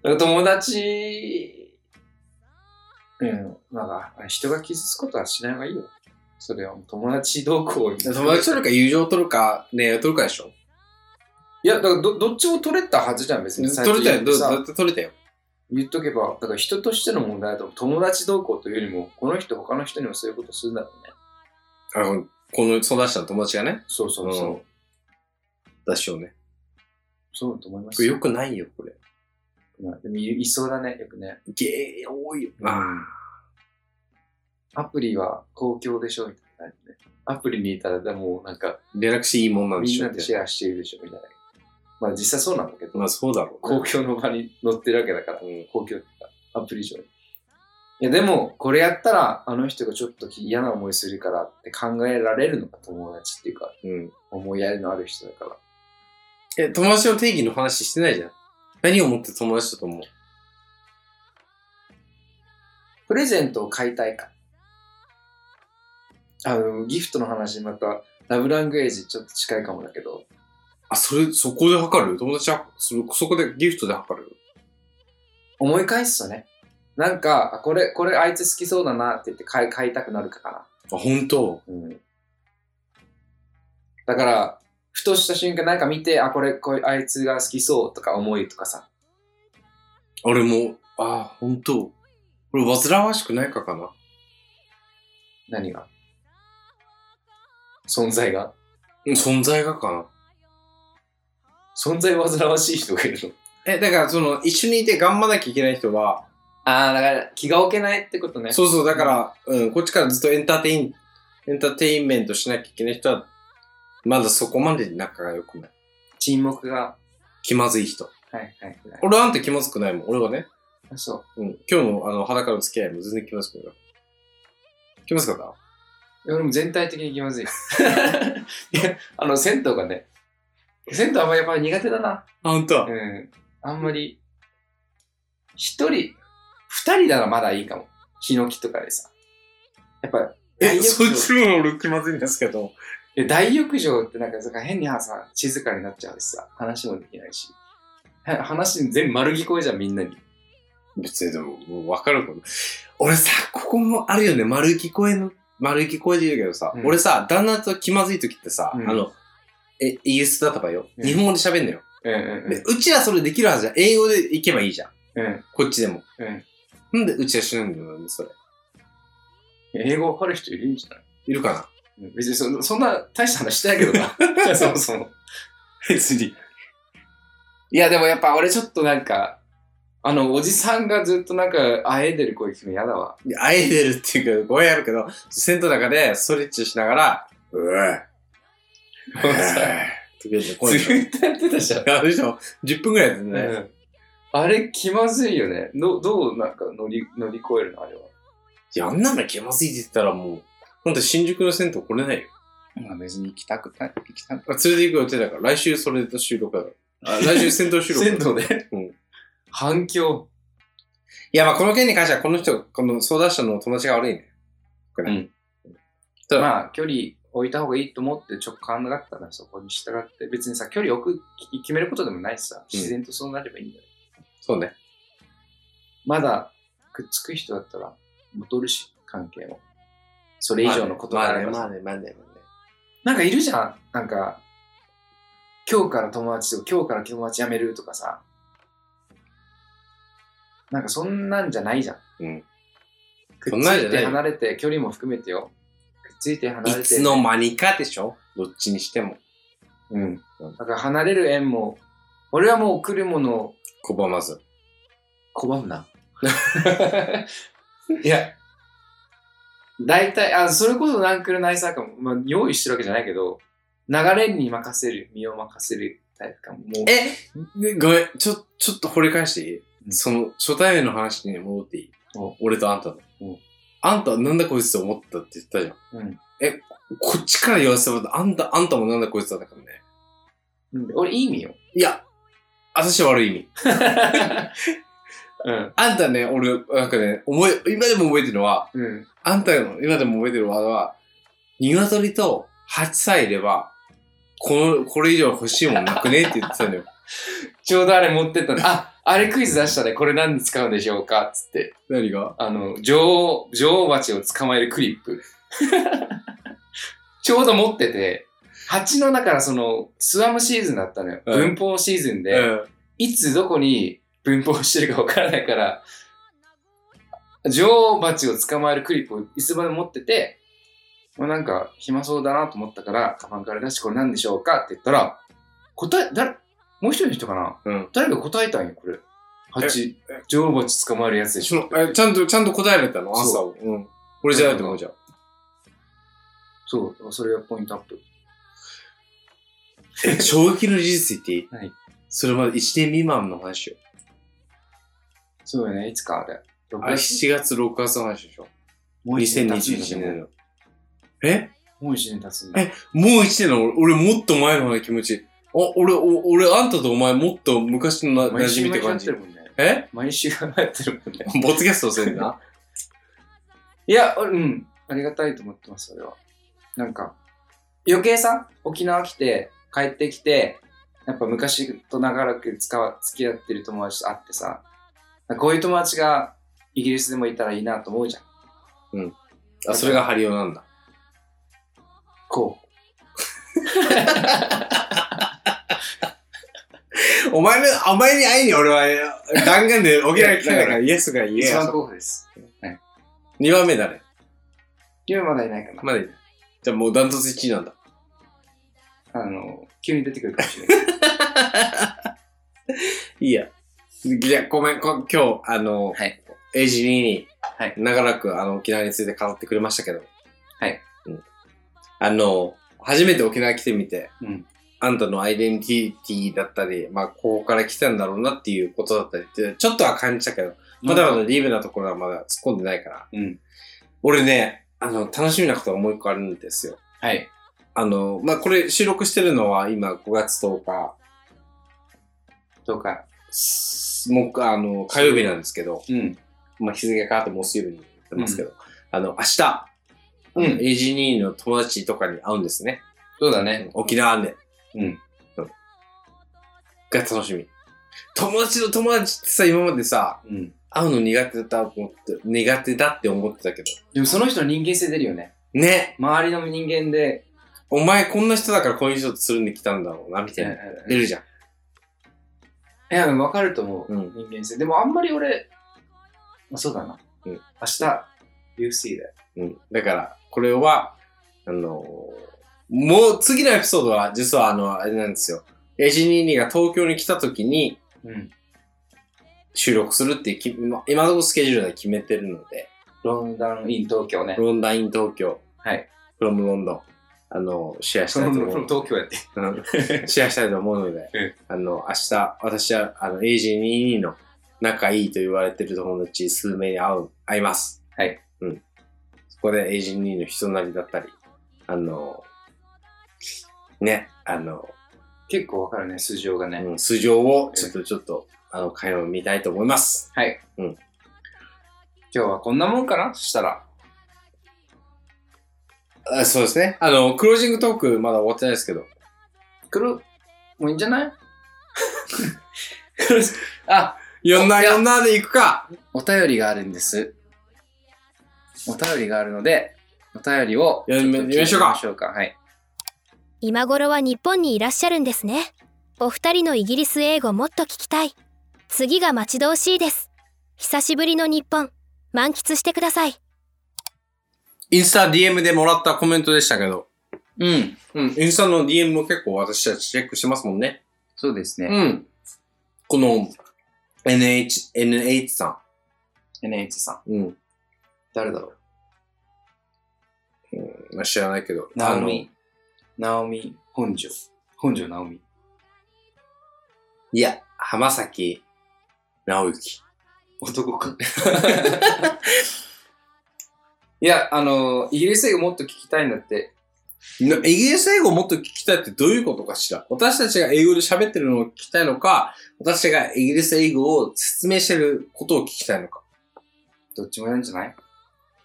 S3: なんか友達、うん、なんか、人が傷つくことはしない方がいいよ。それは友達同行に。
S4: 友達取るか友情取るか、恋愛取るかでしょ
S3: いや、だからどどっちも取れたはずじゃん、別に。
S4: 取れたよ、どうだ
S3: さ
S4: って取れたよ。
S3: 言っとけば、だから人としての問題だと思う、友達同行というよりも、この人、他の人にもそういうことするんだろうね。
S4: あの、この育ちた友達がね。
S3: そうそうそう。
S4: うんだしようね。
S3: そうだと思いま
S4: こ
S3: す
S4: れ
S3: よ。
S4: よくないよ、これ。
S3: まあでもい、いそうだね、よくね。
S4: ゲー多いよ。
S3: アプリは公共でしょ、みたいな感じで。アプリにいたら、でも、なんか、
S4: 連絡していいもんなんで
S3: み
S4: し
S3: ん
S4: ょ
S3: なでシェアしているでしょ、みたいな。まあ、実際そうなんだけど。
S4: まあそうだろう、
S3: 公共の場に乗ってるわけだから、
S4: うん
S3: 公共とかアプリ上に。いやでも、これやったら、あの人がちょっと嫌な思いするからって考えられるのか、友達っていうか、
S4: うん。
S3: 思いやりのある人だから。
S4: え、友達の定義の話してないじゃん。何をもって友達だと思う
S3: プレゼントを買いたいか。あの、ギフトの話、また、ラブラングエージちょっと近いかもだけど、
S4: あ、それ、そこで測る友達は、そそこでギフトで測る
S3: 思い返すとね、なんか、あこれ、これあいつ好きそうだなって言って買い買いたくなるかな。
S4: あ、本当
S3: うんだから、ふとした瞬間なんか見て、あ、これ、これあいつが好きそうとか思いとかさ。
S4: 俺も、あ、本当俺、煩わしくないかかな。
S3: 何が存在が
S4: うん存在がかな。
S3: 存在煩わしい人がいるの。
S4: え、だから、その、一緒にいて頑張らなきゃいけない人は、
S3: ああ、だから気が置けないってことね。
S4: そうそう、だから、うん、こっちからずっとエンターテイン、エンターテインメントしなきゃいけない人は、まだそこまで仲が良くない。
S3: 沈黙が。
S4: 気まずい人。
S3: はいはいはい。
S4: 俺あんた気まずくないもん。俺はね。
S3: あそ
S4: うん。今日のあの裸の付き合いも全然気まずくない。気まずかった
S3: う。俺も全体的に気ま ずい。いや、あの、銭湯がね、銭湯あんまりやっぱり苦手だな。
S4: あ、ほんと
S3: うん。あんまり、一人、二人ならまだいいかも。ヒノキとかでさ。やっぱ、
S4: え、
S3: 大浴
S4: そっ
S3: 場
S4: ちも俺気まずいんですけど。
S3: え大浴場ってなんかさ変にさ、静かになっちゃうしさ、話もできないし。は話に全部丸聞こえじゃん、みんなに。
S4: 別にでも、もうわかるかも。俺さ、ここもあるよね。丸聞こえの、丸聞こえで言うけどさ、
S3: うん
S4: 俺さ、旦那と気まずい時ってさ、
S3: うん
S4: あの、え、イギリスだった場合よ。
S3: うん
S4: 日本語で喋んのよ、
S3: うんう
S4: うで。うちはそれできるはずじゃん。英語で行けばいいじゃん。
S3: んうん。
S4: こっちでも。
S3: うん
S4: なんでうちはしないんだよね、それ。
S3: 英語わかる人いるんじゃない
S4: いるか
S3: うん別にそそんな大した話してないけどな。そもそも。
S4: 別に。
S3: いや、でもやっぱ俺ちょっとなんか、あの、おじさんがずっとなんか、あえでる声聞くの嫌だ わ。
S4: アイデルっていうか、声あるけど、銭湯の中でストレッチしながら、うわぁ、うわぁ、とけて声
S3: ずっとやってたじゃん。
S4: あるでしょ ?10 分ぐらいやってたね。
S3: うんあれ気まずいよね。どどうなんか乗り乗り越えるのあれは。
S4: いや、あんなの気まずいって言ったらもう、ほんと新宿の銭湯来れないよ。
S3: まあ別に行きたくない。行きたく
S4: あ連れて行く予定だから、来週それと収録だから。あ来週銭湯収録。
S3: 銭湯で
S4: うん。い
S3: 反響。
S4: や、まあこの件に関しては、この人、この相談者の友達が悪いね。これ
S3: うん
S4: そう
S3: まあ距離置いた方がいいと思って直感があったらそこに従って、別にさ、距離置くき決めることでもないしさ、自然とそうなればいいんだよ。
S4: そうね。
S3: まだくっつく人だったら戻るし、関係も。それ以上のことがあればさ
S4: まあね、まあね、まあね。まあね
S3: なんかいるじゃん。なんか、今日から友達とか、今日から友達辞めるとかさ。なんかそんなんじゃないじゃん。
S4: うん。
S3: くっつ
S4: そんなんじ
S3: い
S4: ゃない
S3: て離れて、距離も含めてよ。くっついて離れて。
S4: いつの間にかでしょどっちにしても。
S3: うん。
S4: うん
S3: だから離れる縁も、俺はもう来るものを
S4: 拒まず。
S3: 拒 むな。いや、大体、あ、それこそ何来るないさかも、まあ、用意してるわけじゃないけど、流れに任せる、身を任せるタイプかも。もう
S4: えでごめん、ちょ、ちょっと掘り返していい、
S3: うん
S4: その、初対面の話に戻っていい、
S3: お
S4: 俺とあんたの
S3: お。
S4: あんたはなんだこいつと思ったって言ったじゃん。
S3: うん
S4: え、こっちから言わせてもらったあんた、あんたもなんだこいつだったからね。
S3: うん俺、いい意味よ。
S4: いや、私は悪い意 味。
S3: うん。
S4: あんたね、俺、なんかね、思い、今でも覚えてるのは、
S3: うん。
S4: あんたの今でも覚えてるワードは、鶏と蜂さえいれば、この、これ以上欲しいもんなくねって言って たのよ。
S3: ちょうどあれ持ってったの。あ、あれクイズ出したね。これ何に使うんでしょうかつって。
S4: 何が
S3: あの、女王、女王蜂を捕まえるクリップ。 ちょうど持ってて、蜂のだからその、スワムシーズンだったのよ。
S4: う
S3: 文
S4: ん
S3: 法シーズンで、
S4: うん。
S3: いつどこに文法してるかわからないから、女王蜂を捕まえるクリップをいつまで持ってて、まあ、なんか暇そうだなと思ったから、カバンから出してこれ何でしょうかって言ったら、答え、誰、もう一人の人かな、
S4: うん
S3: 誰が答えたんよ、これ。蜂、女王蜂捕まえるやつでし
S4: そ
S3: ょ。
S4: のえちゃんと、ちゃんと答えられたの
S3: そう
S4: 朝を。うん。俺じゃないと思うじゃん。
S3: そう、だからそれがポイントアップ。
S4: え衝撃の事実言っていい
S3: はい。
S4: それまで1年未満の話よ。
S3: そうよね、いつかあれ。
S4: あれ7月、6月の話でしょ。
S3: もう一年経つんだ
S4: 2021年
S3: ね。
S4: の。え
S3: もう一年経つんだ。
S4: えもう1年なの俺、俺もっと前の方が気持ちいい。あ、俺、お俺、あんたとお前もっと昔のな馴
S3: 毎週
S4: 染みっ
S3: 毎週
S4: て
S3: や
S4: 感
S3: って
S4: じ
S3: る。もんね。
S4: え
S3: 毎週やってるもんね。
S4: ボツキャストせんな。
S3: いや、俺うん、ありがたいと思ってます、それは。なんか、余計さ、沖縄来て、帰ってきて、やっぱ昔と長らく使わ付き合ってる友達と会ってさ、こういう友達がイギリスでもいたらいいなと思うじゃん。
S4: あ、それがハリオなんだ。
S3: こう。
S4: お前の、お前に会いに俺は、弾丸で起きない
S3: いやだから
S4: イエスが言
S3: 一番候補です。
S4: 2番目だね。
S3: 今まだいないかな。
S4: まだいないじゃあもうダントツ1位なんだ。
S3: あの、急に出てくるかもしれない。
S4: いいや。いや、ごめん、こ今日、あの、
S3: はい
S4: エイジリーに、
S3: はい
S4: 長らくあの沖縄について語ってくれましたけど、
S3: はい
S4: うんあの、初めて沖縄来てみて、
S3: うん
S4: あんたのアイデンティティだったり、まあ、ここから来たんだろうなっていうことだったりって、ちょっとは感じたけど、まだまだリーブなところはまだ突っ込んでないから、
S3: うん
S4: 俺ね、あの、楽しみなことがもう一個あるんですよ。
S3: はい。
S4: あの、まあ、これ収録してるのは今5月10日、
S3: どうか。
S4: すもう、あの、火曜日なんですけど、
S3: うん。
S4: まあ、日付が変わってもうすぐに言ってますけど、あの、明日、
S3: うん
S4: エイジニーの友達とかに会うんですね。
S3: そうだね。
S4: 沖縄で。
S3: うん。
S4: が楽しみ。友達の友達ってさ、今までさ、
S3: うん。
S4: 会うの苦手だと思って、苦手だって思ってたけど。
S3: でもその人の人間性出るよね。
S4: ね
S3: 周りの人間で、
S4: お前こんな人だからこういう人とつるんできたんだろうな、みたいな。出るじゃん。
S3: いや、わかると思う、
S4: うん
S3: 人間性。でもあんまり俺、まあ、そうだな。
S4: うん
S3: 明日、UFC だよ。
S4: うん。だから、これは、あのーもう次のエピソードは、実はあの、あれなんですよ。エジニーニが東京に来た時に
S3: うん。
S4: 収録するっていうき、ま今のところスケジュールで決めてるので、
S3: ロンダンイン東京ね。
S4: ロンダイン東京、
S3: はい。
S4: フロムロンドン、あの、シェアしたいと思う。
S3: 東京やって。
S4: うん シェアしたいと思うので
S3: え、
S4: あの、明日、私は、あの、エイジ22の仲いいと言われてる友達数名に会う、会います。
S3: はい。
S4: うん。そこでエイジ22の人なりだったり、あの、ね、あの、
S3: 結構わかるね、素性がね。
S4: うん素性を、ちょっと、ちょっと、あの、会話を見たいと思います。
S3: はい。
S4: うん
S3: 今日はこんなもんかなそしたら。
S4: あそうですね。あの、クロージングトークまだ終わってないですけど、
S3: 黒、もういいんじゃない
S4: あ、呼んだ呼んだで行くか
S3: お便りがあるんです。お便りがあるので、お便りを
S4: 読み
S3: ちょっと聞いて
S4: 読みましょ
S3: みましょ
S4: うか
S3: うか。はい。
S9: 今頃は日本にいらっしゃるんですね。お二人のイギリス英語もっと聞きたい。次が待ち遠しいです。久しぶりの日本、満喫してください。
S4: インスタ DM でもらったコメントでしたけど、
S3: うん。
S4: うん、インスタの DM も結構私たちチェックしてますもんね。
S3: そうですね。
S4: うん。この NH、NH さ
S3: NH さん。
S4: ん。うん。
S3: 誰だろう
S4: まあ、知らないけど。
S3: ナオミ。ナオミ本庄。本庄ナオミ。
S4: あの。いや、浜崎直之。
S3: 男か。 いや、あの、イギリス英語もっと聞きたいんだって。
S4: のイギリス英語をもっと聞きたいってどういうことかしら私たちが英語で喋ってるのを聞きたいのか、私がイギリス英語を説明してることを聞きたいのか。
S3: どっちもやるんじゃない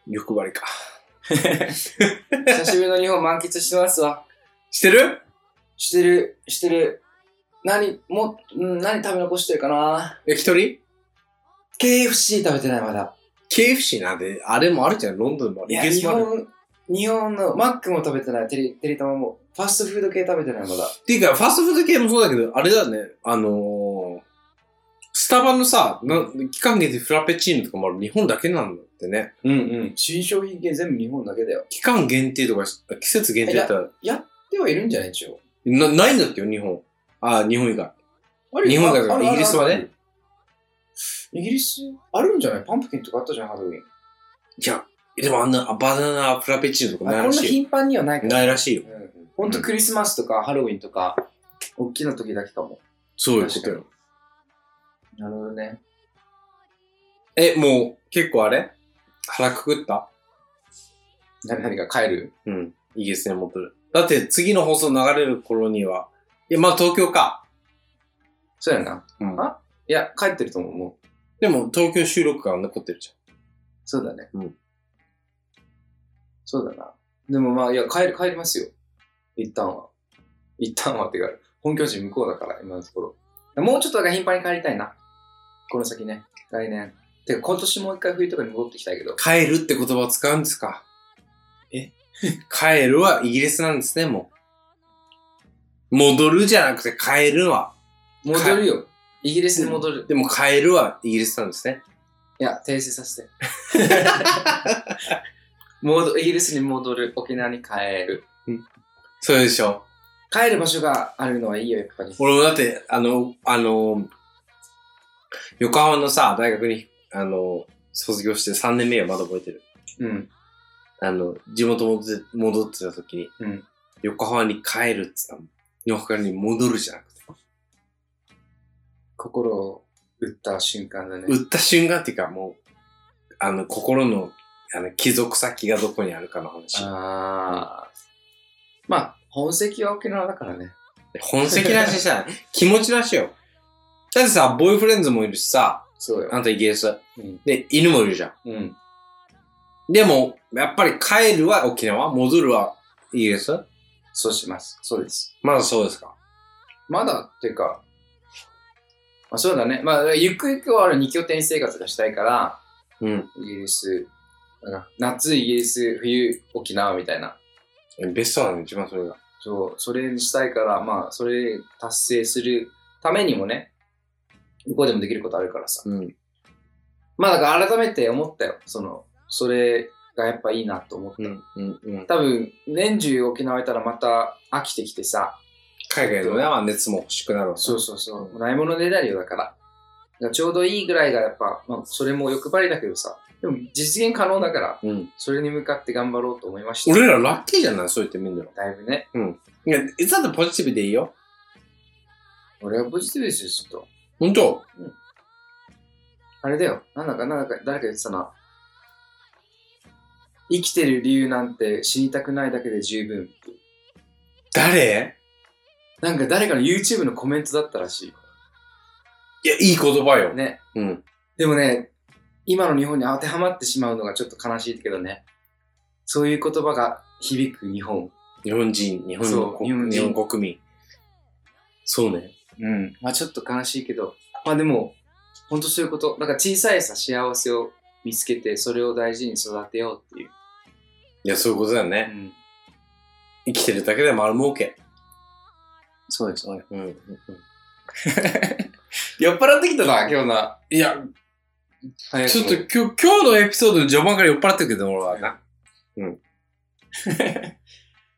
S4: 欲張りか。
S3: 久しぶりの日本満喫してますわ。
S4: してる
S3: してる、してる。何、も、うん何食べ残してるかな
S4: 焼き鳥
S3: ?KFC 食べてないまだ。
S4: ?KFC なんで、あれもあるじゃん。ロンドンもある。
S3: い
S4: イ
S3: や、
S4: ギリ
S3: 日
S4: スもある。
S3: 本、日本のマックも食べてない。テリ、テリタマも。ファストフード系食べてないまだ。
S4: っていうか、ファストフード系もそうだけど、あれだね、あのー、スタバのさ、な期間限定フラペチーノとかもある日本だけなんだってね。
S3: うんうん。新商品系全部日本だけだよ。
S4: 期間限定とか、あ季節限定だったら、
S3: やってはいるんじゃない一応。
S4: なないんだってよ、日本。ああ、日本以外。日本以外だから、イギリスはね。。
S3: イギリス、あるんじゃないパンプキンとかあったじゃん、ハロウィン。
S4: いや、でもあんなあバナナフラペチーノとかない
S3: あこ
S4: ら
S3: んな
S4: しいよ。
S3: 頻繁にはないから。
S4: ないらしいよ。
S3: うんほんとクリスマスとかハロウィンとか、大きな時だけかも。
S4: そういうことよ。
S3: なるほどね。
S4: え、もう、結構あれ腹くくった
S3: な何が帰る
S4: うん。イギリスに戻る。だって、次の放送流れる頃には、いや、まあ東京か。
S3: そうやな。
S4: うん
S3: あいや、帰ってると思うもう。
S4: でも東京収録が残ってるじ
S3: そうだね。
S4: うん。
S3: そうだな。でもまあ、いや、帰る、帰りますよ。一旦は。一旦はってか、本拠地向こうだから、今のところ。もうちょっとだから頻繁に帰りたいな。この先ね。来年。てか、今年もう一回冬とかに戻ってきたいけど。
S4: ゃん。帰るって言葉を使うんですかえ 帰るはイギリスなんですね、もう。戻るじゃなくて帰るは。
S3: 戻るよ。イギリスに戻る。
S4: でも帰るはイギリスなんですね。
S3: いや、訂正させて。戻イギリスに戻る。沖縄に帰る。
S4: そうでしょ。
S3: 帰る場所があるのはいいよ、やっぱり。
S4: 俺もだって、あの、あの、横浜のさ、大学に、あの、卒業して3年目はまだ覚えてる。
S3: うん。
S4: あの、地元戻って戻ってた時に、
S3: うん
S4: 横浜に帰るって言ったの。横浜に戻るじゃなくて。
S3: 心を打った瞬間だね。
S4: 売った瞬間っていうかもう、あの、心の、あの、貴族先がどこにあるかの話。
S3: ああ。まあ、本籍は沖縄だからね。
S4: 本籍らしい じゃん。気持ちらしいよ。だってさ、ボーイフレンズもいるしさ、
S3: そうよ
S4: あ。んたイギリス。
S3: うん
S4: で、犬もいるじゃ
S3: うん。
S4: ん。でも、やっぱり帰るは沖縄、戻るはイギリス
S3: そうします。そうです。
S4: まだそうですか。
S3: まだっていうか、まあ、そうだね。まあ、ゆくゆくはある二拠点生活がしたいから、
S4: うん。
S3: イギリス、なんか夏イギリス、冬沖縄みたいな。
S4: ベストなの、一番それが。
S3: そう、それにしたいから、まあ、それ達成するためにもね、向こうでもできることあるからさ。
S4: うん。
S3: まあ、だから改めて思ったよ。その、それがやっぱいいなと思って
S4: うん。うん。うん。
S3: 多分年中沖縄いたらまた飽きてきてさ
S4: 海外のね、まあ熱も欲しくなるわけ
S3: そうそうそう。ないものねだりよだから。だからちょうどいいぐらいがやっぱ、まあ、それも欲張りだけどさ、でも実現可能だから、
S4: うん。
S3: それに向かって頑張ろうと思いました。
S4: 俺らラッキーじゃないそう言ってみんな。
S3: だいぶね、
S4: いや、いつだってポジティブでいいよ。
S3: 俺はポジティブですよ、ちょっと。
S4: ほんと
S3: あれだよ、なんだかなんだか誰か言ってたな。生きてる理由なんて死にたくないだけで十分。
S4: 誰
S3: なんか誰かの YouTube のコメントだったらし
S4: いや、いい言葉よ
S3: い。。ね。
S4: うん。
S3: でもね、今の日本に当てはまってしまうのがちょっと悲しいけどね。そういう言葉が響く日本。
S4: 日本人、日本
S3: そう
S4: 国
S3: 日本
S4: 日
S3: 人
S4: 本国民。そうね。
S3: うん。まあちょっと悲しいけど、まあでも、ほんとそういうこと。なんか小さいさ、幸せを見つけて、それを大事に育てようっていう。
S4: いや、そういうことだよ
S3: う
S4: ね。
S3: ん。
S4: 生きてるだけで丸儲け。
S3: そうです、ね。
S4: うん。うん
S3: 酔っ払ってきたな、今日な。
S4: いや、
S3: 早く
S4: ちょ
S3: も
S4: っと今日、今日のエピソードの序盤から酔っ払ってるけど、俺はな。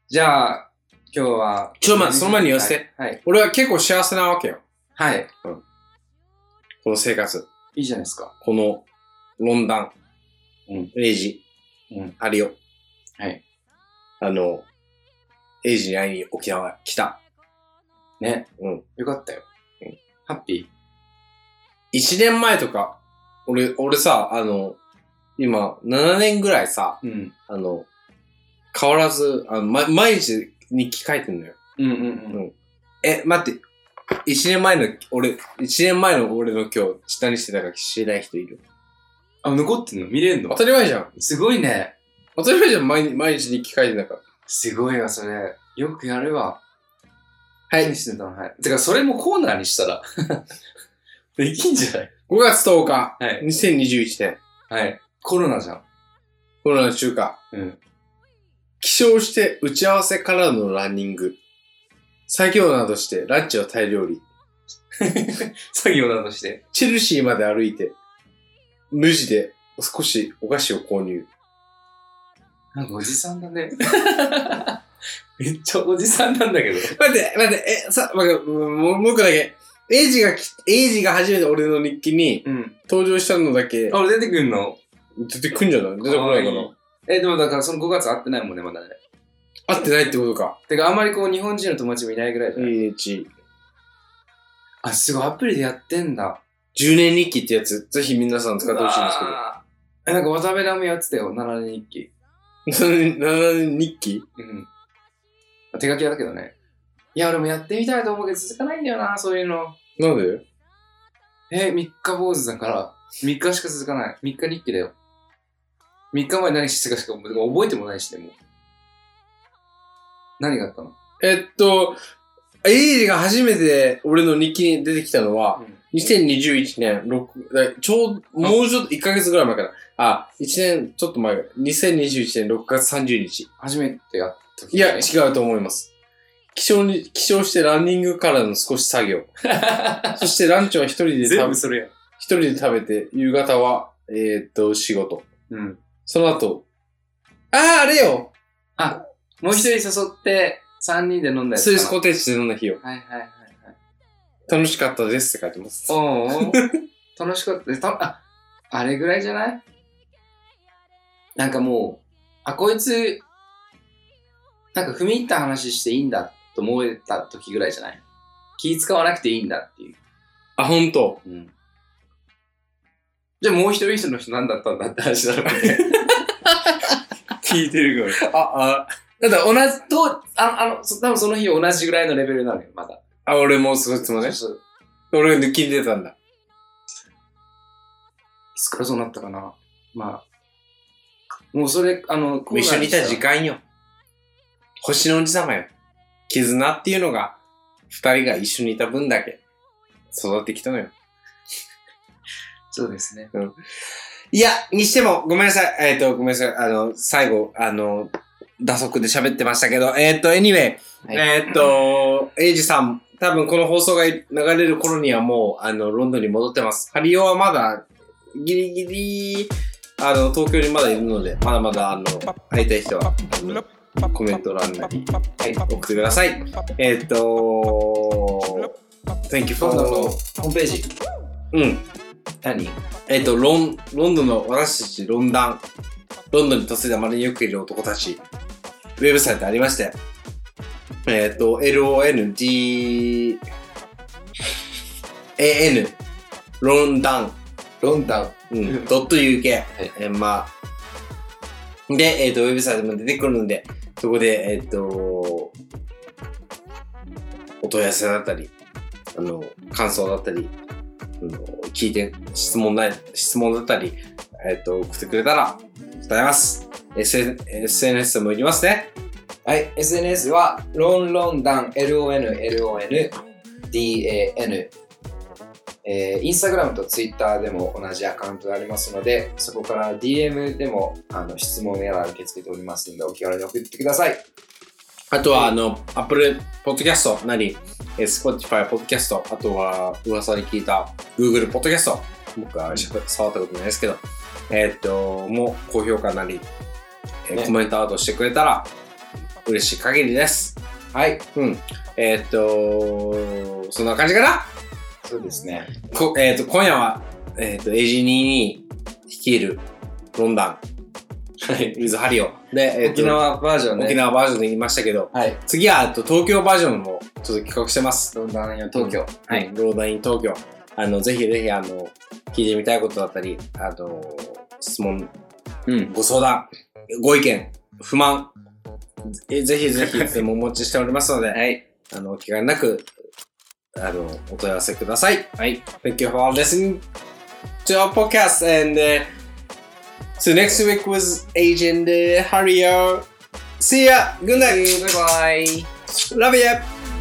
S3: じゃあ、今日は。
S4: ちょ待ってその前に言わせて。
S3: はい。
S4: 俺は結構幸せなわけよ。
S3: はい。
S4: この生活。
S3: いいじゃないですか。
S4: この、論壇。
S3: うん。
S4: エイジ。
S3: うん。
S4: あれよ。
S3: はい。
S4: あの、エイジに会いに沖縄来た。
S3: ね。
S4: うん。
S3: よかったよ。ハッピ
S4: 一年前とか、俺、俺さ、あの、今、7年ぐらいさ、
S3: ー。うん。
S4: あの、変わらず、あの、ま、毎日日記書いてんのよ。
S3: うんうん
S4: え、待って、一年前の、俺、一年前の俺の今日、下にしてたか知らない人いる。
S3: あ、残ってんの見れん
S4: 当
S3: の
S4: たり前じゃん。
S3: すごいね。
S4: 当たり前じゃん、毎日毎日日記書いてんだから。
S3: すごいわ、それ。よくやるわ。
S4: はい
S3: 何してたのはい。てか、それもコーナーにしたら。 できんじゃない
S4: 5月10日、
S3: はい。
S4: 2021年、
S3: はい。コロナじゃん。
S4: コロナ中華。
S3: うん。
S4: 起床して打ち合わせからのランニング。作業などしてランチをタイ料理。
S3: 作業などして。
S4: チェルシーまで歩いて、無地で少しお菓子を購入。
S3: なんかおじさんだ ね。めっちゃおじさんなんだけど。
S4: 待って、待って、え、さ、待ってもうもう一個だけ。エイジがき、エイジが初めて俺の日記に
S3: うん。
S4: 登場したのだけ、
S3: あ、俺出てくんの
S4: 出てくんじゃない出てこないかな。
S3: え、でもだからその5月会ってないもんね、まだね。
S4: 合ってないってことか。
S3: てか、あんまりこう、日本人の友達もいないぐらいだね。
S4: H。
S3: あ、すごい、アプリでやってんだ。
S4: 10年日記ってやつ、ぜひ皆さん使ってほしいんです
S3: あーえなんか、渡辺直美やってたよ、7年日記。
S4: けど。7年日記
S3: うん。あ手書きだけどね。いや、俺もやってみたいと思うけど、続かないんだよな、そういうの。
S4: なんで
S3: え、3日坊主だから、3日しか続かない。3日日記だよ。3日前何してたかしかもう覚えてもないし、でも。何があったの
S4: えっと、エイジが初めて俺の日記に出てきたのは、2021年6、ちょうど、もうちょっと1ヶ月ぐらい前から、あ、1年ちょっと前、2021年6月30日。
S3: 初めてやった時
S4: い
S3: だ
S4: や、
S3: ね
S4: 違うと思います。起床に、起床してランニングからの少し 作業。そしてランチは一人で
S3: 全部
S4: 食べ、一
S3: それや。
S4: 人で食べて、夕方は、えーっと、仕事。
S3: うん。
S4: その後、ああ、あれよ
S3: もう一人誘って、三人で飲んだやつ
S4: ス
S3: か
S4: イ
S3: な。
S4: スコテージで飲んだ日よ。
S3: はいはいはいはい。
S4: 楽しかったですって書いてます。
S3: おうおう楽しかった。たあ、あれぐらいじゃないなんかもう、あ、こいつ、なんか踏み入った話していいんだと思えた時ぐらいじゃない気使わなくていいんだっていう。
S4: あ、ほんと。
S3: うん。じゃあもう一人の人何だったんだって話だろうね。 聞いてるから。
S4: あ、あ、
S3: だから同じ、どう、あの、あの、そ多分その日同じぐらいのレベルなのよ、まだ。
S4: あ、俺もそいつもね。
S3: そう
S4: 俺が抜きんでたんだ。
S3: いつからそうなったかな。まあ。もうそれ、あの、コーナー
S4: 一緒にいた
S3: に
S4: 時
S3: した
S4: 間よ。星の王子様よ。絆っていうのが、二人が一緒にいた分だけ、育ってきたのよ。
S3: そうですね。
S4: いや、にしても、ごめんなさい。えっ、と、ごめんなさい。あの、最後、あの、打足で喋ってましたけど、えっ、と、anyway、
S3: はい
S4: えっ、と、エイジさん、多分この放送が流れる頃にはもう、あの、ロンドンに戻ってます。ハリオはまだ、ギリギリ、あの、東京にまだいるので、まだまだ、あの、会いたい人は、あのコメント欄なり、はいい、送ってください。えっと、Thank you
S3: 今
S4: for
S3: 度の
S4: the
S3: ホームページ、
S4: うん。
S3: 何
S4: えっ、と、ロン、ロンドンの私たち、ロンダン。ロンドンに突いたまれによくいる男たち。ウェブサイトありまして。えっ、と、LOND、AN、ロンダン、
S3: ロンダン。
S4: うん、ドット UK、
S3: い
S4: えーまあ。で、えっ、と、ウェブサイトも出てくるので、そこで、えっ、と、お問い合わせだったり、あの、感想だったり、あの聞いて、質問ない、質問だったり、えっ、と、送ってくれたら、答えます。SN SNS でもいきますね。
S3: はい、SNS は、ロンロンダン、LON、LON、DAN。えー、インスタグラムとツイッターでも同じアカウントがありますので、そこから DM でもあの質問やら受け付けておりますので、お気軽に送ってください。
S4: あとは、あの、Apple Podcast なり、えー Spotify Podcast、あとは、噂で聞いた Google Podcast、僕はしゃ触ったことないですけど、えーっと、もう高評価なり、えー
S3: ね
S4: コメントアウトしてくれたら、嬉しい限りです。
S3: はい、
S4: うん。えーっと、そんな感じかな
S3: そうですね。
S4: こえーっと、今夜は、えーっと、エイジ22率いるロンダン、 ウィズハリオ。で、えーっと
S3: 沖縄バージョンね。
S4: 沖縄バージョンで言いましたけど、
S3: はい、
S4: 次は、えっと東京バージョンもちょっと企画してます。
S3: ロンダンよ、東京。
S4: はい。ローダイン東京。あの、ぜひぜひ、あの、聞いてみたいことだったり、あと、質問、
S3: うん。
S4: ご相談、ご意見、不満、えぜひ ぜひ、いつでもお持ちしておりますので、はい。あの、お気兼ねなく、あの、お問い合わせください。はい。Thank you for listening to our podcast and、uh, see you next week with Agent Harrio. See ya! Good night!
S3: バイバイ。
S4: Love you!